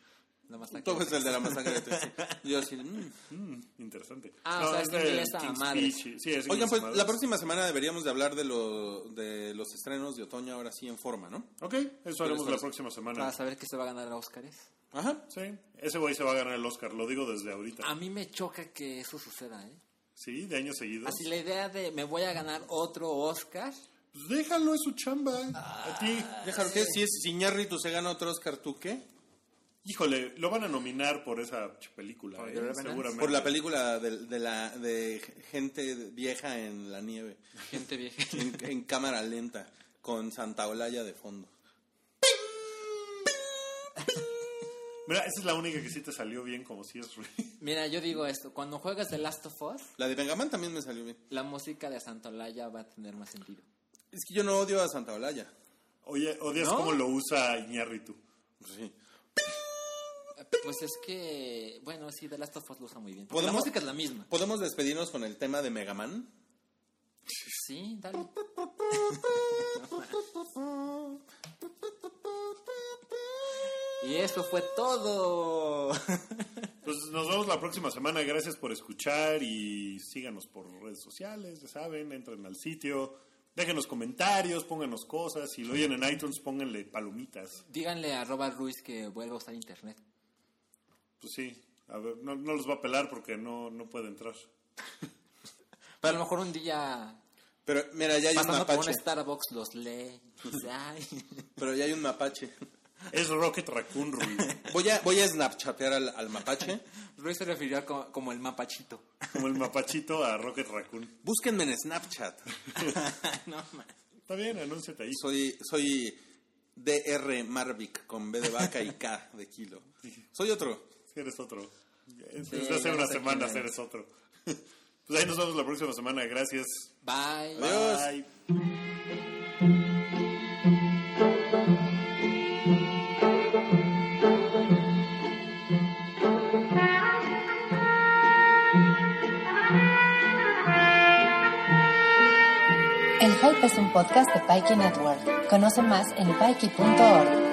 Speaker 3: La masacre.
Speaker 4: Todo es el de la masacre de Texas. Yo así, mm.
Speaker 2: Mm, interesante.
Speaker 3: Ah, o sea, es que
Speaker 2: de
Speaker 3: ya estaba
Speaker 2: King's
Speaker 3: madre.
Speaker 2: Speech, sí, es de
Speaker 4: Oigan,
Speaker 2: King's
Speaker 4: pues
Speaker 2: Madre.
Speaker 4: la próxima semana deberíamos de hablar de, lo, de los estrenos de otoño ahora sí en forma, ¿no?
Speaker 2: Ok, eso haremos
Speaker 4: eso
Speaker 2: la
Speaker 4: es-
Speaker 2: próxima semana.
Speaker 3: Para saber que se va a ganar Óscares.
Speaker 4: Ajá.
Speaker 2: Sí, ese güey se va a ganar el Oscar, lo digo desde ahorita.
Speaker 3: A mí me choca que eso suceda, ¿eh?
Speaker 2: Sí, de años seguidos.
Speaker 3: Así la idea de me voy a ganar otro Oscar.
Speaker 2: Pues déjalo, es su chamba.
Speaker 3: Ah.
Speaker 2: a ti.
Speaker 4: Déjalo que si es Iñárritu se gana otro Oscar, ¿tú qué?
Speaker 2: Híjole, lo van a nominar por esa ch- película,
Speaker 3: Por
Speaker 2: eh,
Speaker 3: The Revenant.
Speaker 2: seguramente.
Speaker 4: Por la película de, de la, de gente vieja en la nieve,
Speaker 3: Gente vieja.
Speaker 4: en, en cámara lenta, con Santa Olaya de fondo.
Speaker 2: Mira, esa es la única que sí te salió bien como si es real.
Speaker 3: Mira, yo digo esto. Cuando juegas The Last of Us,
Speaker 4: La de Bengaman también me salió bien.
Speaker 3: la música de Santolaya va a tener más sentido.
Speaker 4: Es que yo no odio a Santa Olaya.
Speaker 2: Oye, odias
Speaker 3: ¿No?
Speaker 2: cómo lo usa Iñárritu.
Speaker 4: Sí.
Speaker 3: Pues es que, bueno, sí, The Last of Us lo usa muy bien. Porque la
Speaker 4: ¿Podemos-
Speaker 3: música es la misma.
Speaker 4: ¿Podemos despedirnos con el tema de Megaman?
Speaker 3: Sí, dale. Y eso fue todo.
Speaker 2: Pues nos vemos la próxima semana. Gracias por escuchar y síganos por redes sociales, ya saben, entren al sitio, déjenos comentarios, pónganos cosas. Si lo oyen en iTunes, pónganle palomitas.
Speaker 3: Díganle a Robert Ruiz que vuelva a usar internet.
Speaker 2: Pues sí, a ver, no, no los va a pelar porque no, no puede entrar.
Speaker 3: Pero a lo mejor un día,
Speaker 4: Pero mira, ya hay un
Speaker 3: pasando por
Speaker 4: mapache.
Speaker 3: un Starbucks, los lee. Y dice, ay.
Speaker 4: Pero ya hay un mapache.
Speaker 2: Es Rocket Raccoon Ruiz,
Speaker 4: Voy a, voy a snapchatear al, al mapache.
Speaker 3: Ruiz se refirió a co- como el mapachito.
Speaker 2: como el mapachito a Rocket Raccoon.
Speaker 4: Búsquenme en Snapchat.
Speaker 3: no, man.
Speaker 2: Está bien, anúnciate ahí.
Speaker 4: Soy, soy DR Marvic con B de vaca y K de kilo. Soy otro.
Speaker 2: Si eres otro. Es-
Speaker 3: Sí,
Speaker 2: Desde hace
Speaker 3: ya
Speaker 2: unas
Speaker 3: sé quién
Speaker 2: semanas
Speaker 3: eres.
Speaker 2: eres otro. Pues ahí nos vemos la próxima semana. Gracias.
Speaker 3: Bye.
Speaker 4: Adiós.
Speaker 2: Bye.
Speaker 1: El Hype es un podcast de Pikey Network. Conoce más en pikey.org.